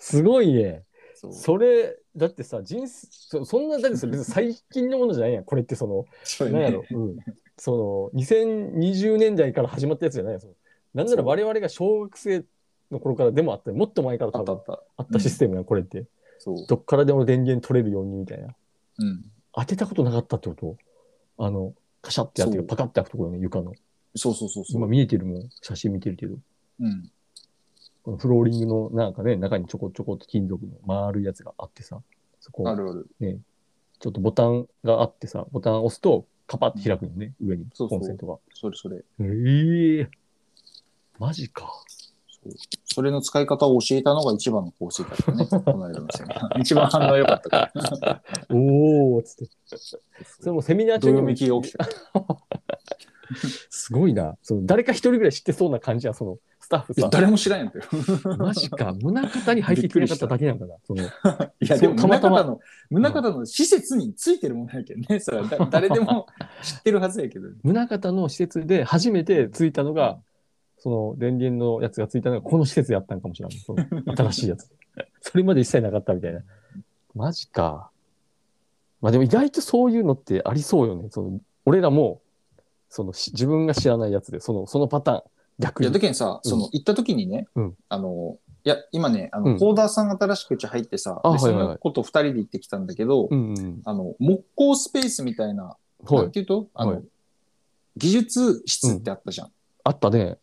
Speaker 1: すごいね。
Speaker 2: そう
Speaker 1: それ、だってさ、人生、そそんな、だってそれ別に最近のものじゃないやん。これってその、
Speaker 2: そう
Speaker 1: なん
Speaker 2: ね
Speaker 1: やろ、うん、その2020年代から始まったやつじゃないそのなんなら我々が小学生の頃からでもあったもっと前から
Speaker 2: あ
Speaker 1: 多
Speaker 2: ったあ
Speaker 1: 分
Speaker 2: った。
Speaker 1: あったシステムやんこれって、
Speaker 2: そう。
Speaker 1: どっからでも電源取れるようにみたいな
Speaker 2: うん。
Speaker 1: 当てたことなかったってことあのカシャってやって
Speaker 2: そう
Speaker 1: パカって開くところね床の
Speaker 2: そうそうそうそ
Speaker 1: 今
Speaker 2: う。
Speaker 1: 見えてるもん写真見てるけど
Speaker 2: うん。
Speaker 1: このフローリングのなんかね中にちょこちょこって金属の丸いやつがあってさそこ
Speaker 2: あるある。
Speaker 1: ちょっとボタンがあってさボタンを押すとカパって開くのね上に
Speaker 2: そう
Speaker 1: コ
Speaker 2: そう
Speaker 1: ンセントが
Speaker 2: それそれ。
Speaker 1: ええマジか
Speaker 2: そうそれの使い方を教えたのが一番の功績だったね。 この間のセミナー一番反応良かったから。
Speaker 1: おーっつって。それもセミナー
Speaker 2: ど
Speaker 1: 中
Speaker 2: よ
Speaker 1: に
Speaker 2: め
Speaker 1: も
Speaker 2: きが起きた。
Speaker 1: すごいな。その誰か一人ぐらい知ってそうな感じや、そのスタッフ
Speaker 2: いや
Speaker 1: さ。
Speaker 2: 誰も知らんやった よ。
Speaker 1: マジか。胸方に入ってきてなかっただけなん だな。その
Speaker 2: い
Speaker 1: そ
Speaker 2: や、で
Speaker 1: う
Speaker 2: も、
Speaker 1: たま
Speaker 2: 宗
Speaker 1: たま
Speaker 2: 方の、宗方の施設についてるもんやけどね。それはだ誰でも知ってるはずやけ ど。
Speaker 1: 胸方の施設で初めてついたのが、その電源のやつがついたのが、この施設やったんかもしれない。 その新しいやつ。それまで一切なかったみたいな。マジか。まあでも意外とそういうのってありそうよね。その俺らも、そのし自分が知らないやつで、そのそのパターン、逆
Speaker 2: いや、だ
Speaker 1: に。
Speaker 2: けどさ、
Speaker 1: うん
Speaker 2: その、行った時にね、
Speaker 1: うん
Speaker 2: あの、いや、今ね、あ
Speaker 1: うん
Speaker 2: の、コーダーさんが新しくうち入ってさ、
Speaker 1: あ
Speaker 2: で
Speaker 1: はいは
Speaker 2: そ
Speaker 1: いはい
Speaker 2: のこと二人で行ってきたんだけど、
Speaker 1: うんうん。
Speaker 2: あの、木工スペースみたいな、
Speaker 1: は
Speaker 2: ないん。ていうと、あの、
Speaker 1: はい
Speaker 2: 技術室ってあったじゃん。
Speaker 1: あったね。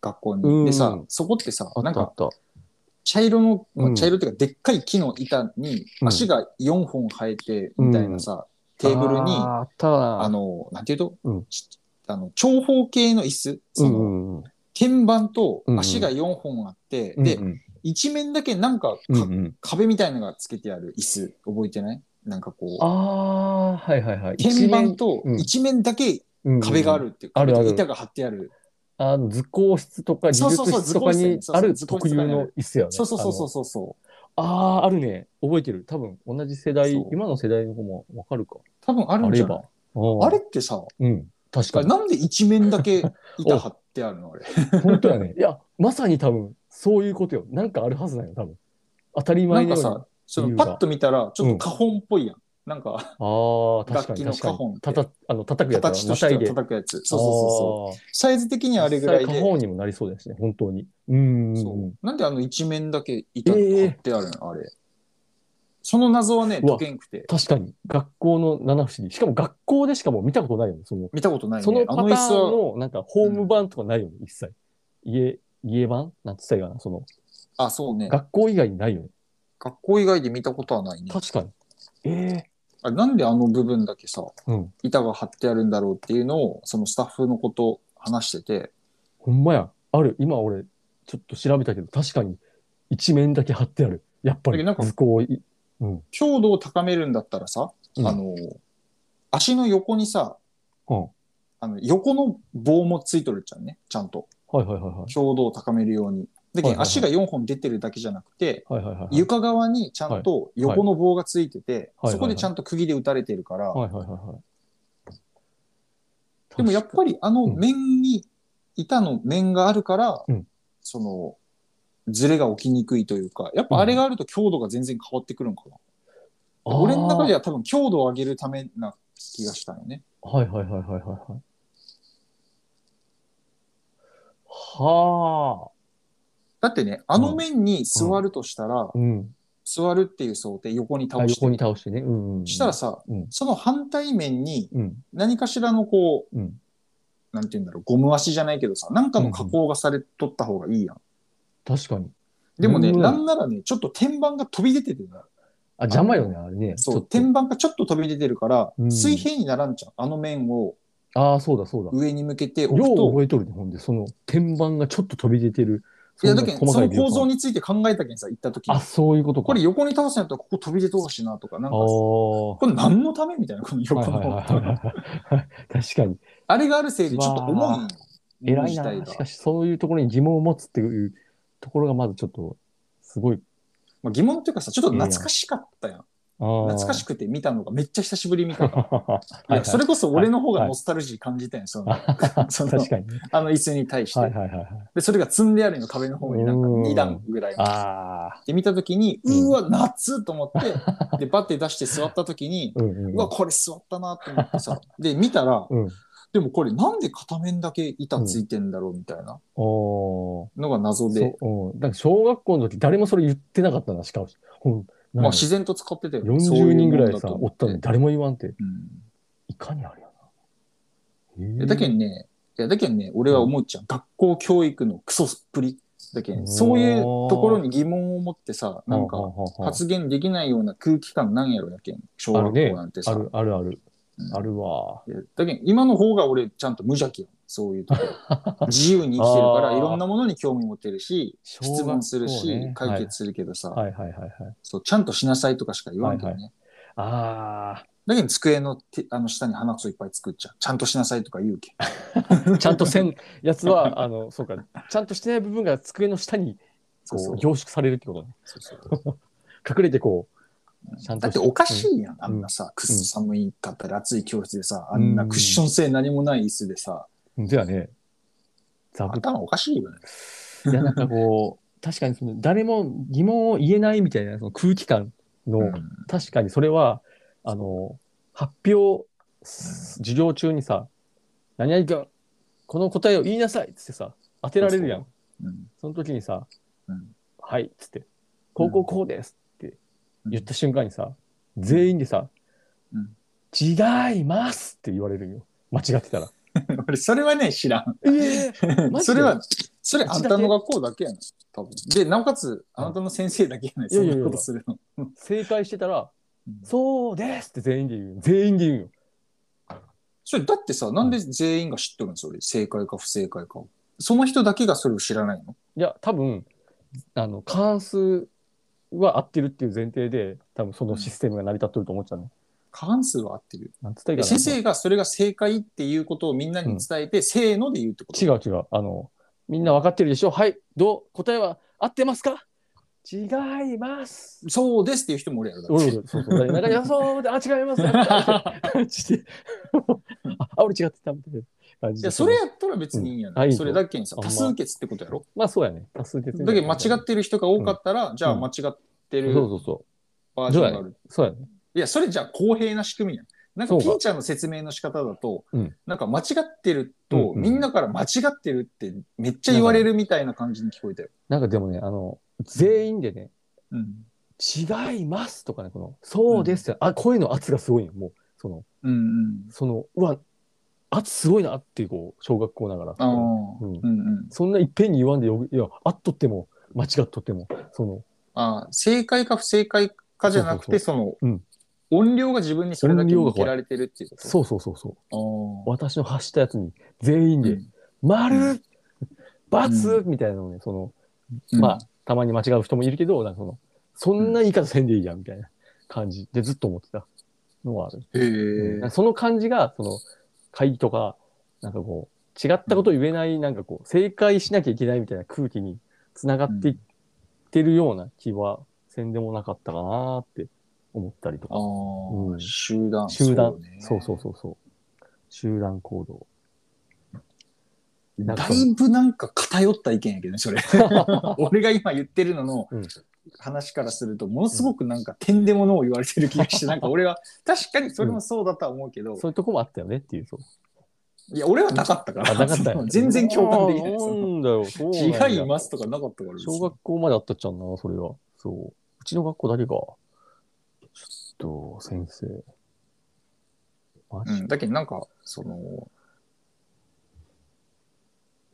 Speaker 2: 学校
Speaker 1: うん
Speaker 2: に。でさ、そこってさ
Speaker 1: あ、
Speaker 2: な
Speaker 1: っ
Speaker 2: ん
Speaker 1: たあ
Speaker 2: か
Speaker 1: った。
Speaker 2: 茶色の、まあ
Speaker 1: うん
Speaker 2: 茶色っていうかでっかい木の板に
Speaker 1: うん
Speaker 2: 足が4本生えて、みたいなさ、テーブルに、
Speaker 1: あーあったわ
Speaker 2: あの、なんていうと、
Speaker 1: うん
Speaker 2: ちあの長方形の椅子、
Speaker 1: う
Speaker 2: そ
Speaker 1: ん
Speaker 2: の、
Speaker 1: うんうん。
Speaker 2: 鍵盤と
Speaker 1: うんうん
Speaker 2: 足が4本あって、で
Speaker 1: う、ん
Speaker 2: 一面だけなんかか
Speaker 1: うん、うんうん。
Speaker 2: 壁みたいなのがつけてある椅子、覚えてないなんかこ
Speaker 1: ああー、はいはいはい。
Speaker 2: う、鍵盤と
Speaker 1: 一面うん
Speaker 2: 一面だけ壁があるっていう、
Speaker 1: うんうんあるある
Speaker 2: 板が張ってある。
Speaker 1: あの図工室とか技
Speaker 2: そう
Speaker 1: 術
Speaker 2: そうそう
Speaker 1: 室とかにある
Speaker 2: 図工
Speaker 1: 特
Speaker 2: 室
Speaker 1: 有の椅子やね。
Speaker 2: そうそうそうそうそうそう。
Speaker 1: あの。あーあるね。覚えてる。多分同じ世代
Speaker 2: そう、
Speaker 1: 今の世代の子もわかるか。
Speaker 2: 多分ある
Speaker 1: あ
Speaker 2: んじ
Speaker 1: れ
Speaker 2: ゃな
Speaker 1: ば
Speaker 2: い。
Speaker 1: あ
Speaker 2: あ
Speaker 1: れ
Speaker 2: れってさ、
Speaker 1: うん。確かに。
Speaker 2: なんで一面 だけ板張ってあるのあれ。
Speaker 1: 本当やね。い や、まさに多分、そういうことよ。なんかあるはずだよ、多分。当たり
Speaker 2: な
Speaker 1: 前
Speaker 2: ん
Speaker 1: の
Speaker 2: か
Speaker 1: ように
Speaker 2: さ、そ
Speaker 1: 理由
Speaker 2: の
Speaker 1: が
Speaker 2: パッと見たら、ちょっと花本っぽいやん。なんか、
Speaker 1: ああ、確かに
Speaker 2: 楽器
Speaker 1: 確か
Speaker 2: の花本っ
Speaker 1: に。
Speaker 2: て
Speaker 1: たた、あの、叩くやつ
Speaker 2: 形と
Speaker 1: ま
Speaker 2: した
Speaker 1: い
Speaker 2: て
Speaker 1: で。
Speaker 2: 叩くやつ。そうそうそうそう。
Speaker 1: うそう。
Speaker 2: サイズ的にはあれぐらい
Speaker 1: 実際
Speaker 2: で
Speaker 1: 家。宝にもなりそうですね、本当に。うんうんうん。
Speaker 2: そうなんであの一面だけ板
Speaker 1: えー
Speaker 2: 張ってあるの、あれ。その謎はね、
Speaker 1: うわ
Speaker 2: 解けんくて。
Speaker 1: 確かに。学校の七不思議。しかも学校でしかもう見たことないよね、その。
Speaker 2: 見たことないね。
Speaker 1: その
Speaker 2: あ
Speaker 1: パタ
Speaker 2: の
Speaker 1: ー
Speaker 2: 椅子は、
Speaker 1: ンの、なんか、ホーム版とかないよね、一切。家、家版なんつったらいいかな、その、
Speaker 2: あ、そうね。
Speaker 1: 学校以外にないよね。
Speaker 2: 学校以外で見たことはないね。
Speaker 1: 確かに。ええ
Speaker 2: あれなんであの部分だけさ、
Speaker 1: うん。
Speaker 2: 板が張ってあるんだろうっていうのを、そのスタッフのこと話してて、
Speaker 1: ほんまや。ある。今俺、ちょっと調べたけど、確かに、一面だけ貼ってある。やっぱり、
Speaker 2: だけどなんか
Speaker 1: 図工い、うん。
Speaker 2: 強度を高めるんだったらさ、
Speaker 1: うん
Speaker 2: あの、足の横にさ、
Speaker 1: うん
Speaker 2: あの横の棒もついとるじゃんね、ちゃんと。
Speaker 1: はいはいはいはい。
Speaker 2: 強度を高めるように。だけ
Speaker 1: はいはい
Speaker 2: ど
Speaker 1: はい
Speaker 2: 足が4本出てるだけじゃなくて、
Speaker 1: はいはいはいはい。
Speaker 2: 床側にちゃんと横の棒がついてて、
Speaker 1: はいはい
Speaker 2: そこでちゃんと釘で打たれてるから、
Speaker 1: はいはいはいはい。
Speaker 2: でもやっぱりあの
Speaker 1: うん
Speaker 2: 面に、板の面があるから、
Speaker 1: うん
Speaker 2: その、ズレが起きにくいというか、やっぱあれがあると強度が全然変わってくるのかな。
Speaker 1: あー
Speaker 2: 俺の中では多分強度を上げるためな気がしたよね。
Speaker 1: はいはいはいはいはいはい。は
Speaker 2: だってね、あの面に座るとしたら、
Speaker 1: あ。うん。
Speaker 2: 座るっていう想定横に
Speaker 1: あ
Speaker 2: 倒して
Speaker 1: 横に、倒してね。うん、うん。
Speaker 2: したら、さ、
Speaker 1: うん
Speaker 2: その反対面に
Speaker 1: うん。
Speaker 2: 何かしらのこう、
Speaker 1: うん
Speaker 2: なんて言うんだろう、ゴム足じゃないけどさ、なんかの加工がされとった方がいいやん。
Speaker 1: 確かに。
Speaker 2: でもね、
Speaker 1: うん
Speaker 2: なんならね、ちょっと天板が飛び出ててな
Speaker 1: あ、邪魔よね、あれね。
Speaker 2: そ
Speaker 1: ちょっ
Speaker 2: う、
Speaker 1: と
Speaker 2: 天板がちょっと飛び出てるから、
Speaker 1: うん
Speaker 2: 水平にならんじゃん。あの面を
Speaker 1: ああ、そうだそうだ。
Speaker 2: 上に向けて置
Speaker 1: よ
Speaker 2: く
Speaker 1: う
Speaker 2: と、
Speaker 1: 覚えとるね、ほんで。その天板がちょっと飛び出てる。
Speaker 2: いや、だ
Speaker 1: ん
Speaker 2: け
Speaker 1: な
Speaker 2: ど、その構造
Speaker 1: に。
Speaker 2: について考えたけんさ、行った時に
Speaker 1: あ、、そういうことか。
Speaker 2: これ横に倒すんやったらここ飛び出とうしなとか、なん
Speaker 1: あ
Speaker 2: か、こ
Speaker 1: ー
Speaker 2: れ何のためみたいな、この横
Speaker 1: はいはい
Speaker 2: の。
Speaker 1: はいはいはい。確かに。
Speaker 2: あれがあるせいでちょっと重いんよ。
Speaker 1: 偉い
Speaker 2: 自体
Speaker 1: な。
Speaker 2: が
Speaker 1: しかし、そういうところに疑問を持つっていうところがまずちょっと、すごい。
Speaker 2: まあ、疑問っていうかさ、ちょっと懐かしかったやん。
Speaker 1: 懐
Speaker 2: 懐かし
Speaker 1: く。
Speaker 2: くて見たのがめっちゃ久しぶり見たか ら。
Speaker 1: はい
Speaker 2: い
Speaker 1: はい
Speaker 2: や、それこそ俺の方
Speaker 1: は
Speaker 2: が
Speaker 1: い
Speaker 2: ノスタルジー感じたんや、その、
Speaker 1: あ
Speaker 2: その
Speaker 1: 確かにね。
Speaker 2: あの椅子に対して。
Speaker 1: はいはいはいはい。
Speaker 2: で、それが積んであるの壁の方になんか2段ぐらい
Speaker 1: ああ。
Speaker 2: で見たときに、
Speaker 1: うん
Speaker 2: うわ、夏と 思って、で、バッて出して座ったときに、
Speaker 1: うんうんうん。
Speaker 2: うわ、これ座ったなと思ってさ、で、見たら、
Speaker 1: うん。
Speaker 2: でもこれなんで片面だけ板ついてんだろうみたいな
Speaker 1: おー
Speaker 2: のが謎で、
Speaker 1: そう、うん。だから小学校の時誰もそれ言ってなかったな、しかも。ほん
Speaker 2: まあ自然と使ってたよね。そう
Speaker 1: 40
Speaker 2: う
Speaker 1: 人
Speaker 2: も
Speaker 1: ぐ
Speaker 2: ん
Speaker 1: ら
Speaker 2: だ
Speaker 1: いさ、
Speaker 2: と
Speaker 1: お
Speaker 2: 思
Speaker 1: ったのに誰も言わんって、
Speaker 2: うん
Speaker 1: いかにあれやな。
Speaker 2: い
Speaker 1: へ
Speaker 2: や
Speaker 1: ー
Speaker 2: だけんね、いや、だけんね、俺は思うじゃん。学校教育のクソっぷり。だけ
Speaker 1: おー
Speaker 2: ん、そういうところに疑問を持ってさ、なん
Speaker 1: はあ
Speaker 2: か、
Speaker 1: はあはあ
Speaker 2: 発言できないような空気感なんやろやけん、小
Speaker 1: あ
Speaker 2: 学
Speaker 1: るね
Speaker 2: 校なんてさ。
Speaker 1: あるあるある
Speaker 2: うん。
Speaker 1: あるわ。
Speaker 2: いやだけん、今の方が俺、ちゃんと無邪気やん。そういうとこ ろ。自由に生きてるから、
Speaker 1: あー
Speaker 2: いろんなものに興味持てるし、質問する
Speaker 1: 小学校
Speaker 2: し
Speaker 1: ね、
Speaker 2: 解決するけどさ、
Speaker 1: はいはいはいはい。
Speaker 2: そう、ちゃんとしなさいとかしか言わんけどね。
Speaker 1: はいあ
Speaker 2: だけど、机の手あの下に花草いっぱい作っちゃう。ちゃんとしなさいとか言うけん。
Speaker 1: あ。ちゃんとせん、やつ は、あの、そうか、ちゃんとしてない部分が机の下に、
Speaker 2: そうそ
Speaker 1: こ
Speaker 2: う
Speaker 1: う、凝縮されるってことね。
Speaker 2: そうそう
Speaker 1: 隠れてこう、ちゃんと
Speaker 2: だっておかしいやん、あんなさ、くっそ寒いかったり暑い教室でさ、あんなクッション性何もない椅子でさ、
Speaker 1: い。じゃあね、座布
Speaker 2: 頭おかしいよね。
Speaker 1: いや、なんかこう、 確かにその誰も疑問を言えないみたいなその空気感の、
Speaker 2: うん
Speaker 1: 確かにそれは、あの、発表、授業中にさ、何々君、この答えを言いなさいっつってさ、当てられるやん。
Speaker 2: うん
Speaker 1: その時にさ、
Speaker 2: うん
Speaker 1: はいっつって、こうこうこうですって言った瞬間にさ、
Speaker 2: ん
Speaker 1: 全員でさ、
Speaker 2: うん
Speaker 1: 違います って言われるよ。間違ってたら。
Speaker 2: 俺それはね、知らん。
Speaker 1: ええマジで
Speaker 2: それは、それあんたの学校だけやな、多分。で、なおかつ、あなたの先生だけやない、そん
Speaker 1: いやいやい
Speaker 2: な
Speaker 1: や
Speaker 2: ことするの。
Speaker 1: 正解してたら
Speaker 2: うん
Speaker 1: 「そうです!」って全員で言うよ全員で言うよ
Speaker 2: それだってさ、なんで全員が知っとるんそれ、正解か不正解かを。その人だけがそれを知らないの
Speaker 1: いや多分あの関数は合ってるっていう前提で多分そのシステムが成り立ってると思っちゃうね。
Speaker 2: 過半数は合ってる。
Speaker 1: なんつったらいい
Speaker 2: で
Speaker 1: かな
Speaker 2: 先生がそれが正解っていうことをみんなに伝えて、せーので言うってこと。
Speaker 1: 違う違う。あの、みんな分かってるでしょはい、どう答えは合ってますか違います。
Speaker 2: そうですっていう人もおるやろ。だ
Speaker 1: お
Speaker 2: っ
Speaker 1: いお
Speaker 2: て
Speaker 1: いそうそう。だからいやそうで、あ、違います。してあ、あ俺違ってたみたいな感じ
Speaker 2: い
Speaker 1: で
Speaker 2: や、それやったら別にいいんや
Speaker 1: うんあい
Speaker 2: ないい。
Speaker 1: ぞ
Speaker 2: それだけにさ、
Speaker 1: あんま
Speaker 2: 多数決ってことやろ。
Speaker 1: まあそうやね。多数決みた
Speaker 2: だ
Speaker 1: い
Speaker 2: け
Speaker 1: な
Speaker 2: ど間違ってる人が多かったら、じゃあ間違って
Speaker 1: そう
Speaker 2: る
Speaker 1: そうそ
Speaker 2: バージョンがある。
Speaker 1: う。そうやね。
Speaker 2: いや、それじゃあ公平な仕組みやん。なん
Speaker 1: そう
Speaker 2: か、
Speaker 1: か
Speaker 2: ピーちゃんの説明の仕方だと、
Speaker 1: うん
Speaker 2: なんか間違ってる
Speaker 1: うん
Speaker 2: と
Speaker 1: う、ん
Speaker 2: みんなから間違ってるってめっちゃ言われるみたいな感じに聞こえたよ。
Speaker 1: なんかでもね、あの、全員でね、
Speaker 2: うん。
Speaker 1: 違いますとかね、この、そうですって、あ、声の圧がすごいよ。もう、その、
Speaker 2: うんうん。
Speaker 1: その、うわ、圧すごいなって、こう、小学校ながら。
Speaker 2: ああ。
Speaker 1: う
Speaker 2: うんんうん。
Speaker 1: そんないっぺんに言わんでよ、いや、あっとっても、間違っとっても、その、
Speaker 2: ああ、正解か不正解かじゃなくて、その、
Speaker 1: うん
Speaker 2: 音量が自分にそれだけ
Speaker 1: 音量が
Speaker 2: 向
Speaker 1: 怖
Speaker 2: け
Speaker 1: い
Speaker 2: られてるっていうこと。
Speaker 1: そうそうそうそう、
Speaker 2: う
Speaker 1: 私の発したやつに、全員で、
Speaker 2: うん
Speaker 1: 丸、
Speaker 2: う
Speaker 1: ×みたいなのね、その、
Speaker 2: うん
Speaker 1: まあ、たまに間違う人もいるけど、なんかその、そんな言い方せんでいいやん、みたいな感じでずっと思ってたのはある。
Speaker 2: へえ
Speaker 1: うん。その感じが、その、会議とか、なんかこう、違ったことを言えない、なんかこう、正解しなきゃいけないみたいな空気につながっていってるような気は、せんでもなかったかなって思ったりと
Speaker 2: ああ
Speaker 1: か。、うん
Speaker 2: 集団。
Speaker 1: 集団
Speaker 2: うね
Speaker 1: そうそうそうそう。集団行動。なん
Speaker 2: だ
Speaker 1: か
Speaker 2: いぶなんか偏った意見やけどね、それ。俺が今言ってるのの
Speaker 1: うん
Speaker 2: 話からすると、ものすごくなんか点でものを言われてる気がして、なんか俺は、確かにそれもそうだとは思うけど、
Speaker 1: そういうとこもあったよねっていう。そう
Speaker 2: いや、俺はなかったから、
Speaker 1: あなかったよ
Speaker 2: その 全然共感できない。
Speaker 1: そ
Speaker 2: そうの
Speaker 1: なんだよ。そうなんだ
Speaker 2: 違いますとかなかったから。
Speaker 1: 小学校まであったっちゃんな、それは。そう。うちの学校だけか。ちょっと、先生。マ
Speaker 2: う
Speaker 1: ジ
Speaker 2: ん、だけどなんか、その、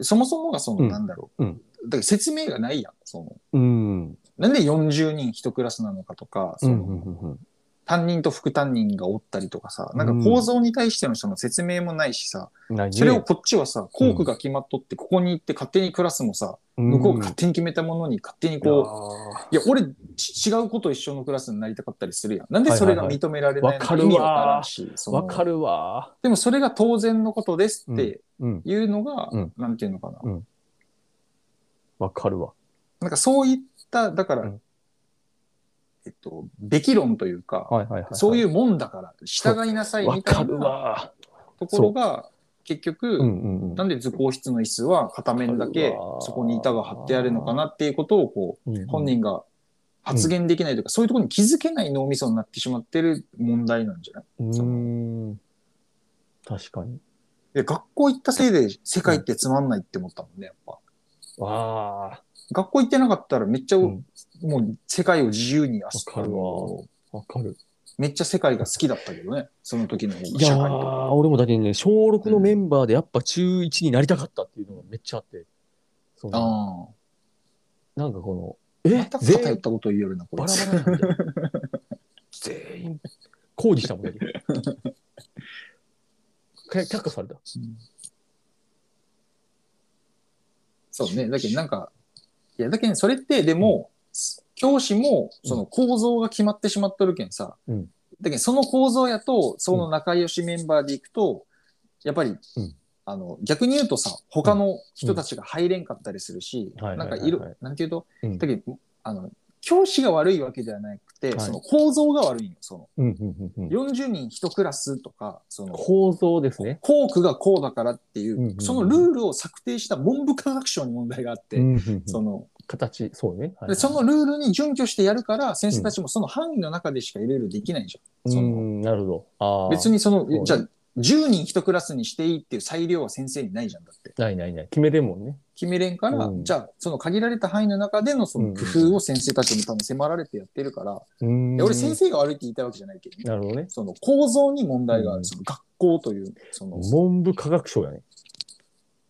Speaker 2: そもそもがその、
Speaker 1: うん
Speaker 2: なんだろう。
Speaker 1: うん
Speaker 2: だから説明がないやん。その、
Speaker 1: うん。
Speaker 2: なんで40人一クラスなのかとか、
Speaker 1: う
Speaker 2: その、
Speaker 1: んうんうんうん
Speaker 2: 担任と副担任がおったりとかさ、なんか構造に対してのその説明もないしさ、
Speaker 1: ないね
Speaker 2: それをこっちはさ、校区が決まっとって、ここに行って勝手にクラスもさ、向こうが勝手に決めたものに勝手にこう、いや、俺、ち違うこと一緒のクラスになりたかったりするやん。なんでそれが認められないの
Speaker 1: はいはいはい
Speaker 2: 意味わからんし、
Speaker 1: う
Speaker 2: そ
Speaker 1: ん。
Speaker 2: の
Speaker 1: わかるわ。
Speaker 2: でもそれが当然のことですって
Speaker 1: うん。
Speaker 2: いうのが、
Speaker 1: うん
Speaker 2: なんていうのかな。
Speaker 1: わかるわ。
Speaker 2: なんかそういった、だから、
Speaker 1: うん
Speaker 2: えっと、べき論というか、
Speaker 1: はいはいはい。
Speaker 2: そういうもんだから、従いなさい
Speaker 1: わ
Speaker 2: みた
Speaker 1: か
Speaker 2: い
Speaker 1: る
Speaker 2: な
Speaker 1: わ。
Speaker 2: ところが、結
Speaker 1: う
Speaker 2: 局、
Speaker 1: んうんうん。
Speaker 2: なんで図工室の椅子は片面だけそこに板が張ってあるのかなっていうことをこ
Speaker 1: うんう
Speaker 2: うん本人が発言できないというか、そういうところに気づけない脳みそになってしまってる問題なんじゃないう
Speaker 1: ーん。確かに。
Speaker 2: で学校行ったせいで世界ってつまんないって思ったもんね、やっぱ。
Speaker 1: わあ。
Speaker 2: 学校行ってなかったらめっちゃ、
Speaker 1: うん
Speaker 2: もう世界を自由に遊
Speaker 1: わかるわわかる。
Speaker 2: めっちゃ世界が好きだったけどね、その時の方が
Speaker 1: い
Speaker 2: 社
Speaker 1: や
Speaker 2: 会とか。
Speaker 1: ー、俺もだけどね、小6のメンバーでやっぱ中1になりたかったっていうのがめっちゃあって。そう
Speaker 2: ああ。
Speaker 1: なんかこの、
Speaker 2: ま
Speaker 1: え
Speaker 2: た
Speaker 1: 全
Speaker 2: 偏っ
Speaker 1: 員
Speaker 2: たこと言えるな、こ
Speaker 1: バ
Speaker 2: れ
Speaker 1: ラ。バラなんだよ。全員、抗議したもんだけど。か 却下された。
Speaker 2: そうね。だけどなんか、いや、だけどそれって、でも、教師も、その構造が決まってしまっとるけんさ。
Speaker 1: うん
Speaker 2: だけどその構造やと、その仲良しメンバーでいくと、やっぱり、
Speaker 1: ん
Speaker 2: あの、逆に言うとさ、他の人たちが入れんかったりするし、
Speaker 1: うんはい
Speaker 2: なんか
Speaker 1: はいはい
Speaker 2: いろ
Speaker 1: はい、
Speaker 2: なんていうと、
Speaker 1: うん
Speaker 2: だけど、あの、教師が悪いわけではなくて、
Speaker 1: はい
Speaker 2: その構造が悪いんよ。その、
Speaker 1: うんうんうんうん
Speaker 2: 40人一クラスとか、その、
Speaker 1: 構造ですね。
Speaker 2: 校区がこうだからってい
Speaker 1: う
Speaker 2: う、
Speaker 1: んうんうん
Speaker 2: そのルールを策定した文部科学省に問題があって、
Speaker 1: うんうんうん
Speaker 2: その
Speaker 1: 形、そうね。はい
Speaker 2: でそのルールに準拠してやるから、先生たちもその範囲の中でしかいろいろできないじゃ
Speaker 1: う
Speaker 2: ん。その
Speaker 1: ん、なるほど。あー
Speaker 2: 別にその、
Speaker 1: うね
Speaker 2: じゃあ、10人一クラスにしていいっていう裁量は先生にないじゃんだって。
Speaker 1: ないないない。決めれんもんね。
Speaker 2: 決めれんから、
Speaker 1: うん
Speaker 2: じゃあ、その限られた範囲の中でのその工夫を先生たちに多分迫られてやってるから、
Speaker 1: う
Speaker 2: い
Speaker 1: ん
Speaker 2: や俺先生が悪いって言いたいわけじゃないけどね、
Speaker 1: なるほどね。
Speaker 2: その構造に問題がある。
Speaker 1: うん
Speaker 2: その学校という、その、
Speaker 1: 文部科学省やね。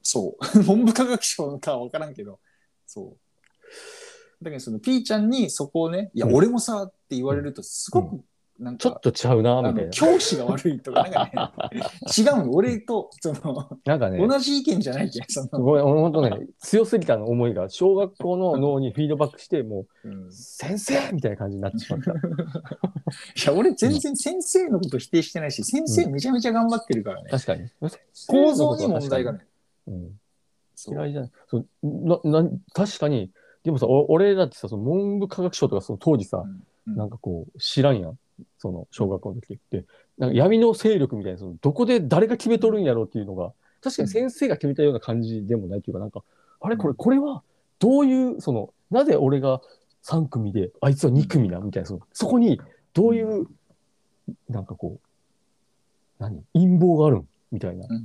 Speaker 2: そう。 文部科学省かは分からんけど、そう。だけど、その、ピーちゃんにそこをね、いや、
Speaker 1: うん
Speaker 2: 俺もさ、って言われると、すごく、なん
Speaker 1: ちょっ
Speaker 2: か、
Speaker 1: と違うな、
Speaker 2: あ
Speaker 1: みたい
Speaker 2: の
Speaker 1: な。
Speaker 2: 教師が悪いとか、なんか ね、違うの、俺と、その、
Speaker 1: なんかね、
Speaker 2: 同じ意見じゃないけん、その、
Speaker 1: ごめん、俺ほんとね、強すぎたの思いが、小学校の脳にフィードバックして、も
Speaker 2: うん
Speaker 1: う、先生みたいな感じになってしまった。
Speaker 2: いや、俺全然先生のこと否定してないし、先生めちゃめちゃ頑張ってるからね。
Speaker 1: 確かに。
Speaker 2: 構造に問題がね。
Speaker 1: うん
Speaker 2: そう
Speaker 1: 嫌いじゃない。そうなな確かに、でもさ、お俺だってさ、その文部科学省とかその当時さ、
Speaker 2: うん
Speaker 1: なんかこう、知らんやん。その、小学校の時って。なんか闇の勢力みたいな、そのどこで誰が決めとるんやろうっていうのが、確かに先生が決めたような感じでもないというか、なんか、あれこれ、これは、どういう、その、なぜ俺が3組で、あいつは2組な、みたいな、そのそこに、どういう、なんかこう、何陰謀があるんみたいな。
Speaker 2: うんう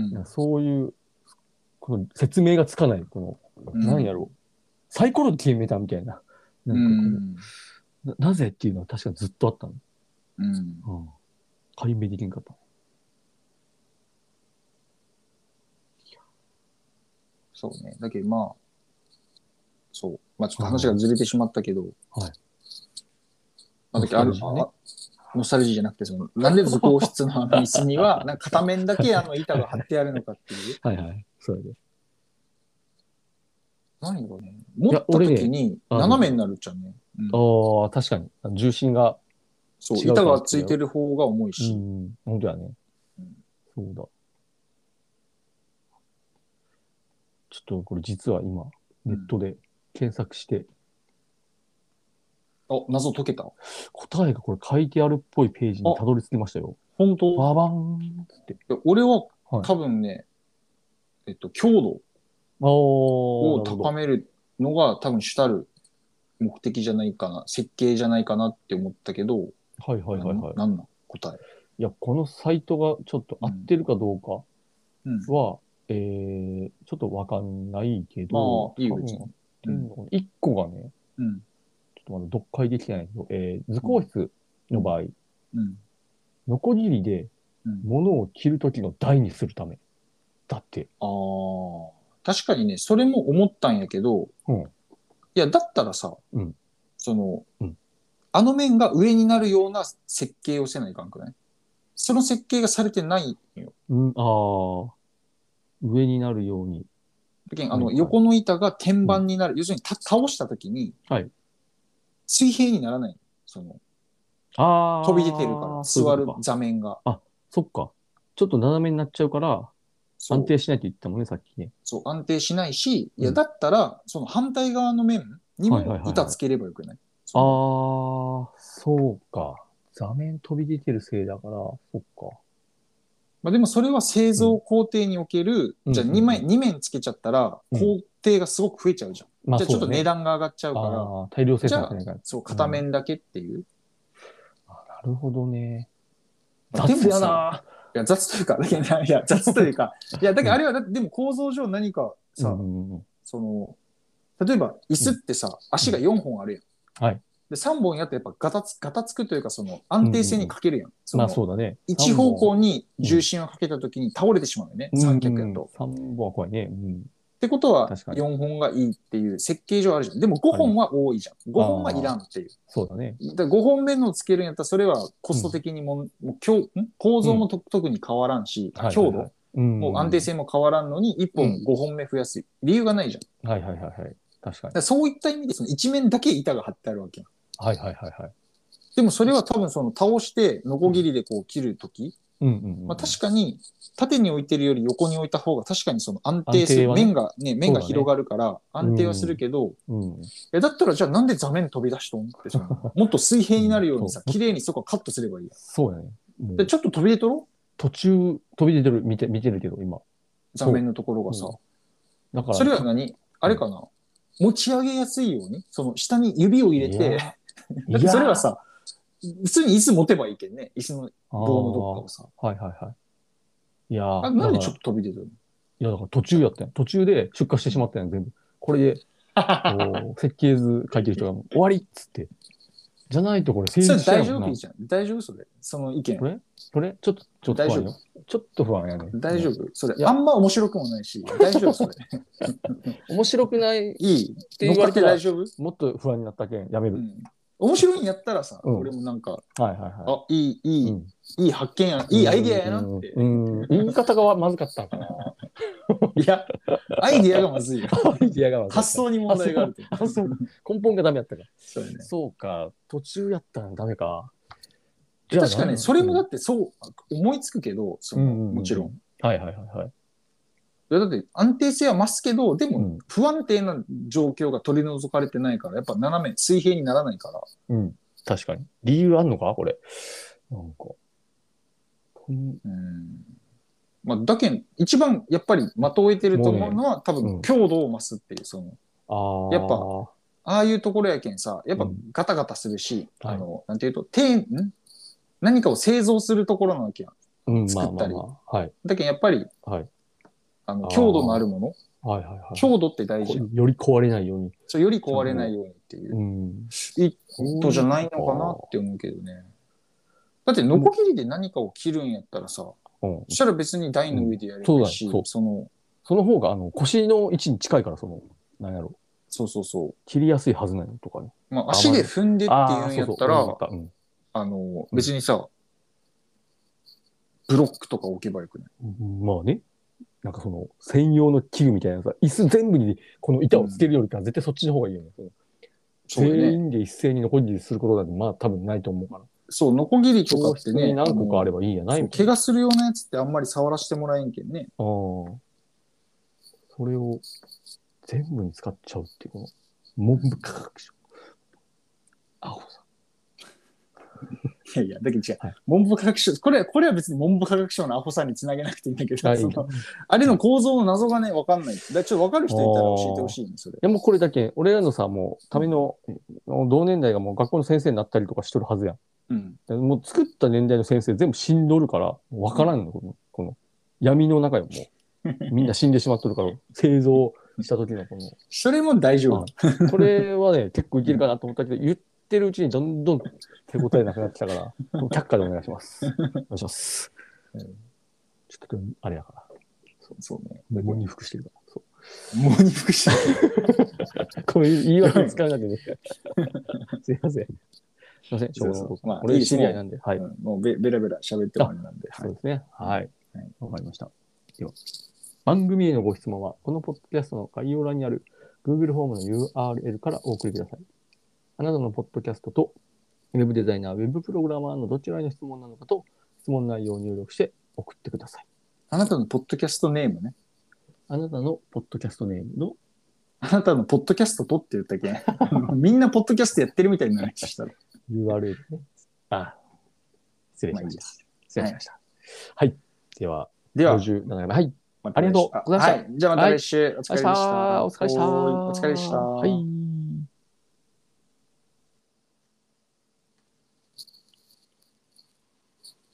Speaker 2: ん
Speaker 1: なんかそういう、この説明がつかない、この、
Speaker 2: うん
Speaker 1: なんやろう。サイコロで決めたみたいな。
Speaker 2: う
Speaker 1: なんかこうんななぜっていうのは確かずっとあったの。
Speaker 2: うん
Speaker 1: うん。解明できんかった。
Speaker 2: そうね。だけどまあ、そう。まあちょっと話がずれてしまったけど。
Speaker 1: はい。
Speaker 2: まあ、だけどあ
Speaker 1: ノ
Speaker 2: る
Speaker 1: スタルジーね
Speaker 2: あノスタルジーじゃなくて、その、なんで図工室のあの椅子には、なんか片面だけあの板が貼ってあるのかっ ていう。
Speaker 1: はいはい。それで。
Speaker 2: 何がね、持った時に
Speaker 1: 俺ね
Speaker 2: 斜めになるっちゃうね。うん
Speaker 1: ああ、確かに。重心が。
Speaker 2: そう、
Speaker 1: 違う
Speaker 2: 板がついてる方が重いうし。
Speaker 1: ん。本当やね。そうだ。ちょっとこれ実は今、ネットで検索して、
Speaker 2: あ、謎解けた。
Speaker 1: 答えがこれ書いてあるっぽいページにたどり着きましたよ。
Speaker 2: 本当
Speaker 1: ババーンっつって。
Speaker 2: 俺は
Speaker 1: はい
Speaker 2: 多分ね、えっと、強度
Speaker 1: お
Speaker 2: を
Speaker 1: ーなるほ
Speaker 2: 高
Speaker 1: ど
Speaker 2: めるのが多分主たる目的じゃないかな、設計じゃないかなって思ったけど、
Speaker 1: はいはいはいはい。
Speaker 2: なんなん答え。
Speaker 1: いや、このサイトがちょっと合ってるかどうか
Speaker 2: うん。
Speaker 1: は、えー、ちょっとわかんないけど
Speaker 2: ま、あ、いいよ、
Speaker 1: 多分
Speaker 2: 別に
Speaker 1: 合。ってんのかな一個がね、
Speaker 2: うん。
Speaker 1: ちょっとまだ読解できてないけど、えー、図工室の場合、
Speaker 2: うん。
Speaker 1: ノコギリで
Speaker 2: うん、
Speaker 1: 物を切るときの台にするため。だって、
Speaker 2: ああ、確かにね、それも思ったんやけど、
Speaker 1: うん
Speaker 2: いや、だったらさ、
Speaker 1: うん
Speaker 2: その、
Speaker 1: うん
Speaker 2: あの面が上になるような設計をせないかんくないその設計がされてないんよ。
Speaker 1: うん、あー、上になるように。
Speaker 2: だけんあの、
Speaker 1: はいはい
Speaker 2: 横の板が天板になる。要するにた倒したときに、
Speaker 1: はい
Speaker 2: 水平にならない。その、
Speaker 1: あー、
Speaker 2: 飛び出てるから、
Speaker 1: そう
Speaker 2: 座
Speaker 1: いう
Speaker 2: る
Speaker 1: ことか
Speaker 2: 座面が。
Speaker 1: そっか。ちょっと斜めになっちゃうから、
Speaker 2: そう
Speaker 1: 安定しないって言ったもんね、さっきね。
Speaker 2: そう、安定しないし、
Speaker 1: うん
Speaker 2: いや、だったら、その反対側の面に
Speaker 1: はいはいはい
Speaker 2: も
Speaker 1: はい
Speaker 2: 板つければよくないその
Speaker 1: ああ、そうか。座面飛び出てるせいだから、そっか。
Speaker 2: まあでもそれは製造工程における、
Speaker 1: うん
Speaker 2: じゃあ2枚、二面つけちゃったら、
Speaker 1: うん
Speaker 2: 工程がすごく増えちゃうじゃん。
Speaker 1: ま
Speaker 2: じゃあちょっと値
Speaker 1: 段
Speaker 2: 段が上がっちゃうから、
Speaker 1: あー大量生産しないから。
Speaker 2: そう、片面だけっていう。
Speaker 1: あなるほどね。
Speaker 2: まあでもさ
Speaker 1: 雑やない
Speaker 2: や、雑というか、だけどいや、雑というか、いや、だけどあれは、だってでも構造上何かさ、
Speaker 1: うんうんうん
Speaker 2: その、例えば椅子ってさ、足が4本あるやん。
Speaker 1: はい。
Speaker 2: で、3本やってやっぱガタつ、ガタつくというか、その安定性に欠けるやん。その
Speaker 1: まあそうだね。
Speaker 2: 一方向に重心をかけたときに倒れてしまうよね、三脚やと。っ
Speaker 1: 3本は怖いね。うん。
Speaker 2: てことは、
Speaker 1: 確かに
Speaker 2: 4本がいいっていう設計上あるじゃん。でも5本は多いじゃん。5本はいらんっていう。
Speaker 1: そうだね。
Speaker 2: だ5本目のをつけるんやったら、それはコスト的にも、もう強ん構造もと、特に変わらんし、
Speaker 1: はいはい
Speaker 2: 強
Speaker 1: はい
Speaker 2: 度
Speaker 1: も
Speaker 2: も安定。性も変わらんのに、1
Speaker 1: う
Speaker 2: 本
Speaker 1: ん
Speaker 2: 5本目増やす理由がないじゃん。だ
Speaker 1: はいはいはいはい。確かに
Speaker 2: か。らそういった意味で、その一面だけ板が張ってあるわけやん。
Speaker 1: はいはいはいはい。
Speaker 2: でもそれは多分その倒して、ノコギリでこう切るとき、
Speaker 1: うんうんうん。
Speaker 2: まあ、確かに縦に置いてるより横に置いた方が確かにその安定
Speaker 1: 安
Speaker 2: す
Speaker 1: 定
Speaker 2: る、
Speaker 1: はね
Speaker 2: 面がね面
Speaker 1: そう
Speaker 2: が
Speaker 1: だね
Speaker 2: 広がるから安定はするけど、
Speaker 1: うん。
Speaker 2: えだったらじゃあなんで座面飛び出しとんって そのもっと水平になるようにさ
Speaker 1: う
Speaker 2: 綺麗にそこはカットすればいいや
Speaker 1: そうだね。もう
Speaker 2: でちょっと飛び出とろ
Speaker 1: 途中飛び出てる、見て、見てるけど、今。
Speaker 2: 座面のところがさ
Speaker 1: そだから。
Speaker 2: それは何あれかな持ち上げやすいようにその下に指を入れ
Speaker 1: いや
Speaker 2: てだ ってそれはさ普通に椅子持てばいいけんね椅子の
Speaker 1: あー、
Speaker 2: 棒のどっかをさ
Speaker 1: はいはいはい。いやー
Speaker 2: あなん
Speaker 1: だ
Speaker 2: でち
Speaker 1: から
Speaker 2: ょっと飛び出とる
Speaker 1: いや、だから途中やったんや途中で出荷してしま ったんや全部。これで、こう設計図書いてる人がもう終わりっつって、じゃないとこれ成
Speaker 2: そ
Speaker 1: 立しな
Speaker 2: れ大
Speaker 1: い
Speaker 2: 丈
Speaker 1: もんな
Speaker 2: 夫じゃん。大丈夫それ。その意見
Speaker 1: こ。れこれちょっと、ちょっと不安よ。ちょっと不安やね。
Speaker 2: 大丈夫そ
Speaker 1: い
Speaker 2: れ。
Speaker 1: や
Speaker 2: あんま面白くもないし、大丈夫 それ。
Speaker 1: 面白くないっ
Speaker 2: いい。
Speaker 1: て
Speaker 2: 乗
Speaker 1: 言
Speaker 2: っか
Speaker 1: わ
Speaker 2: っ
Speaker 1: れ
Speaker 2: て
Speaker 1: たら
Speaker 2: 大、丈夫
Speaker 1: もっと不安になったけん、やめ
Speaker 2: う
Speaker 1: る。
Speaker 2: ん。面白いんやったらさ、
Speaker 1: うん
Speaker 2: 俺もなんか、
Speaker 1: はいはいはい。
Speaker 2: あ、いい、いい、
Speaker 1: うん
Speaker 2: いい発見や、いいアイディアやなって。
Speaker 1: うんうん言い方がまずかったのかな。
Speaker 2: いや、アイ ディアがまずいよ。
Speaker 1: アイディアがまずかった
Speaker 2: 発想に問題があると。
Speaker 1: あそう根本がダメやったか。
Speaker 2: そうやね。
Speaker 1: そうか、途中やったらダメか。
Speaker 2: 確かね、それもだ
Speaker 1: っ
Speaker 2: ってそう思いつくけど、そ
Speaker 1: うん
Speaker 2: の
Speaker 1: うんうん
Speaker 2: もちろん。
Speaker 1: て。はいはいはいはい。
Speaker 2: だって安定性は増すけど、で
Speaker 1: うん
Speaker 2: も不安定な状況が取り除かれてないから、やっぱ斜め、水平にならないから。
Speaker 1: うん、確かに。理由あんのかこれ。なんか。こん
Speaker 2: うんまあ、だけん、一番やっぱり的を得てると思うのは、多
Speaker 1: うん
Speaker 2: 分強度を増すっていう、その、
Speaker 1: ああ。
Speaker 2: やっぱああいうところやけんさ、やっぱ
Speaker 1: うん
Speaker 2: ガタガタするし、
Speaker 1: はい
Speaker 2: あの、なんていうと、てん何かを製造するところなわけやん。
Speaker 1: うん、まあ
Speaker 2: 作っ
Speaker 1: ま
Speaker 2: た
Speaker 1: あ
Speaker 2: り
Speaker 1: まあ。はい。
Speaker 2: だけんやっぱり、
Speaker 1: はい
Speaker 2: あの
Speaker 1: あー
Speaker 2: 強度のあるもの、
Speaker 1: はいはいはい。
Speaker 2: 強度って大事やん
Speaker 1: こより壊れないように。
Speaker 2: そうより壊れないようにっていう
Speaker 1: う。ん。
Speaker 2: 一歩じゃないのかなって思うけどね。だって、ノコギリで何かを切るんやったらさ、
Speaker 1: うん
Speaker 2: そしたら別に台の上でやれ
Speaker 1: うんそう
Speaker 2: る
Speaker 1: だ
Speaker 2: し、
Speaker 1: そう
Speaker 2: その、
Speaker 1: その方が、あの、腰の位置に近いから、その、なんやろ
Speaker 2: そうそうそう
Speaker 1: 切りやすいはずなのとかね。
Speaker 2: う。まあ、足で踏んでってい
Speaker 1: あ
Speaker 2: う
Speaker 1: あ
Speaker 2: ん
Speaker 1: ー、
Speaker 2: や
Speaker 1: そうそ
Speaker 2: った
Speaker 1: う。
Speaker 2: ら、
Speaker 1: 思ったうん
Speaker 2: あの、別にさ、ブロックとか置けばよくない
Speaker 1: まあね。なんかその、専用の器具みたいなさ、椅子全部にこの板をつけるよりかは絶対そっちの方がいいよね。
Speaker 2: そうだ
Speaker 1: 全
Speaker 2: ね。
Speaker 1: 員で一斉にノコギリすることなんて、まあ多分ないと思うから。
Speaker 2: そう、ノコギリとか
Speaker 1: 教
Speaker 2: って
Speaker 1: 室
Speaker 2: ね、
Speaker 1: に何個かあれ
Speaker 2: ば
Speaker 1: ばいいんやないみた
Speaker 2: 怪
Speaker 1: いな。
Speaker 2: 我するようなやつってあんまり触らせてもらえんけんね。
Speaker 1: あーそれを全部に使っちゃうっていう、この、文部科学省。アホさ。
Speaker 2: いやいや、だけど違う
Speaker 1: はい
Speaker 2: 文部科学省、これ、これは別に文部科学省のアホさんにつなげなくていいんだけど、
Speaker 1: はい
Speaker 2: そのあれの構造の謎がね、わかんない。だちょっとわかる人いたら教えてほしいね、それ。
Speaker 1: でもうこれだけ、俺らのさ、もう、ための、同年代がもう学校の先生になったりとかしとるはずやん。
Speaker 2: うん。
Speaker 1: でもう作った年代の先生全部死んどるから、わからんの、この、この闇の中よ、も う。みんな死んでしまっとるから、製造した時のこの。
Speaker 2: それも大丈夫。
Speaker 1: これは ね、結構いけるかなと思ったけど、言ってるうちにどんどん手応えなくなってきたから、却下でお願いします。お願いします。ちょっと、あれやから。
Speaker 2: そうそうね。
Speaker 1: もうに服してるから。そ
Speaker 2: もう二服した。
Speaker 1: うこういう言い訳使うなんて ね。すいません。すいません、
Speaker 2: そうそうまあ
Speaker 1: 俺
Speaker 2: いいです
Speaker 1: 知り合いなんで。はい。
Speaker 2: うんもうべベラベラ喋ってもあれなんで。は
Speaker 1: そ
Speaker 2: いう
Speaker 1: ですね。はい
Speaker 2: はい。
Speaker 1: わ、かりました。では、番組へのご質問は、このポッドキャストの概要欄にある Google フォームの URL からお送りください。あなたのポッドキャストと、ウェブデザイナー、ウェブプログラマーのどちらへの質問なのかと、質問内容を入力して送ってください。
Speaker 2: あなたのポッドキャストネームね。
Speaker 1: あなたのポッドキャストネームの、
Speaker 2: あなたのポッドキャストとって言ったけ ん。あのみんなポッドキャストやってるみたいになる人したら。
Speaker 1: URL ね。あ、失礼
Speaker 2: まあ
Speaker 1: し
Speaker 2: い
Speaker 1: ま
Speaker 2: い
Speaker 1: し
Speaker 2: で
Speaker 1: た。
Speaker 2: す。
Speaker 1: 失礼しました。はい。では、
Speaker 2: では、
Speaker 1: 57回目。はい。
Speaker 2: また
Speaker 1: ありがとうございました
Speaker 2: はい。じゃあまた来週、お疲れでした。
Speaker 1: お疲れでした。
Speaker 2: お疲れでした。
Speaker 1: はい。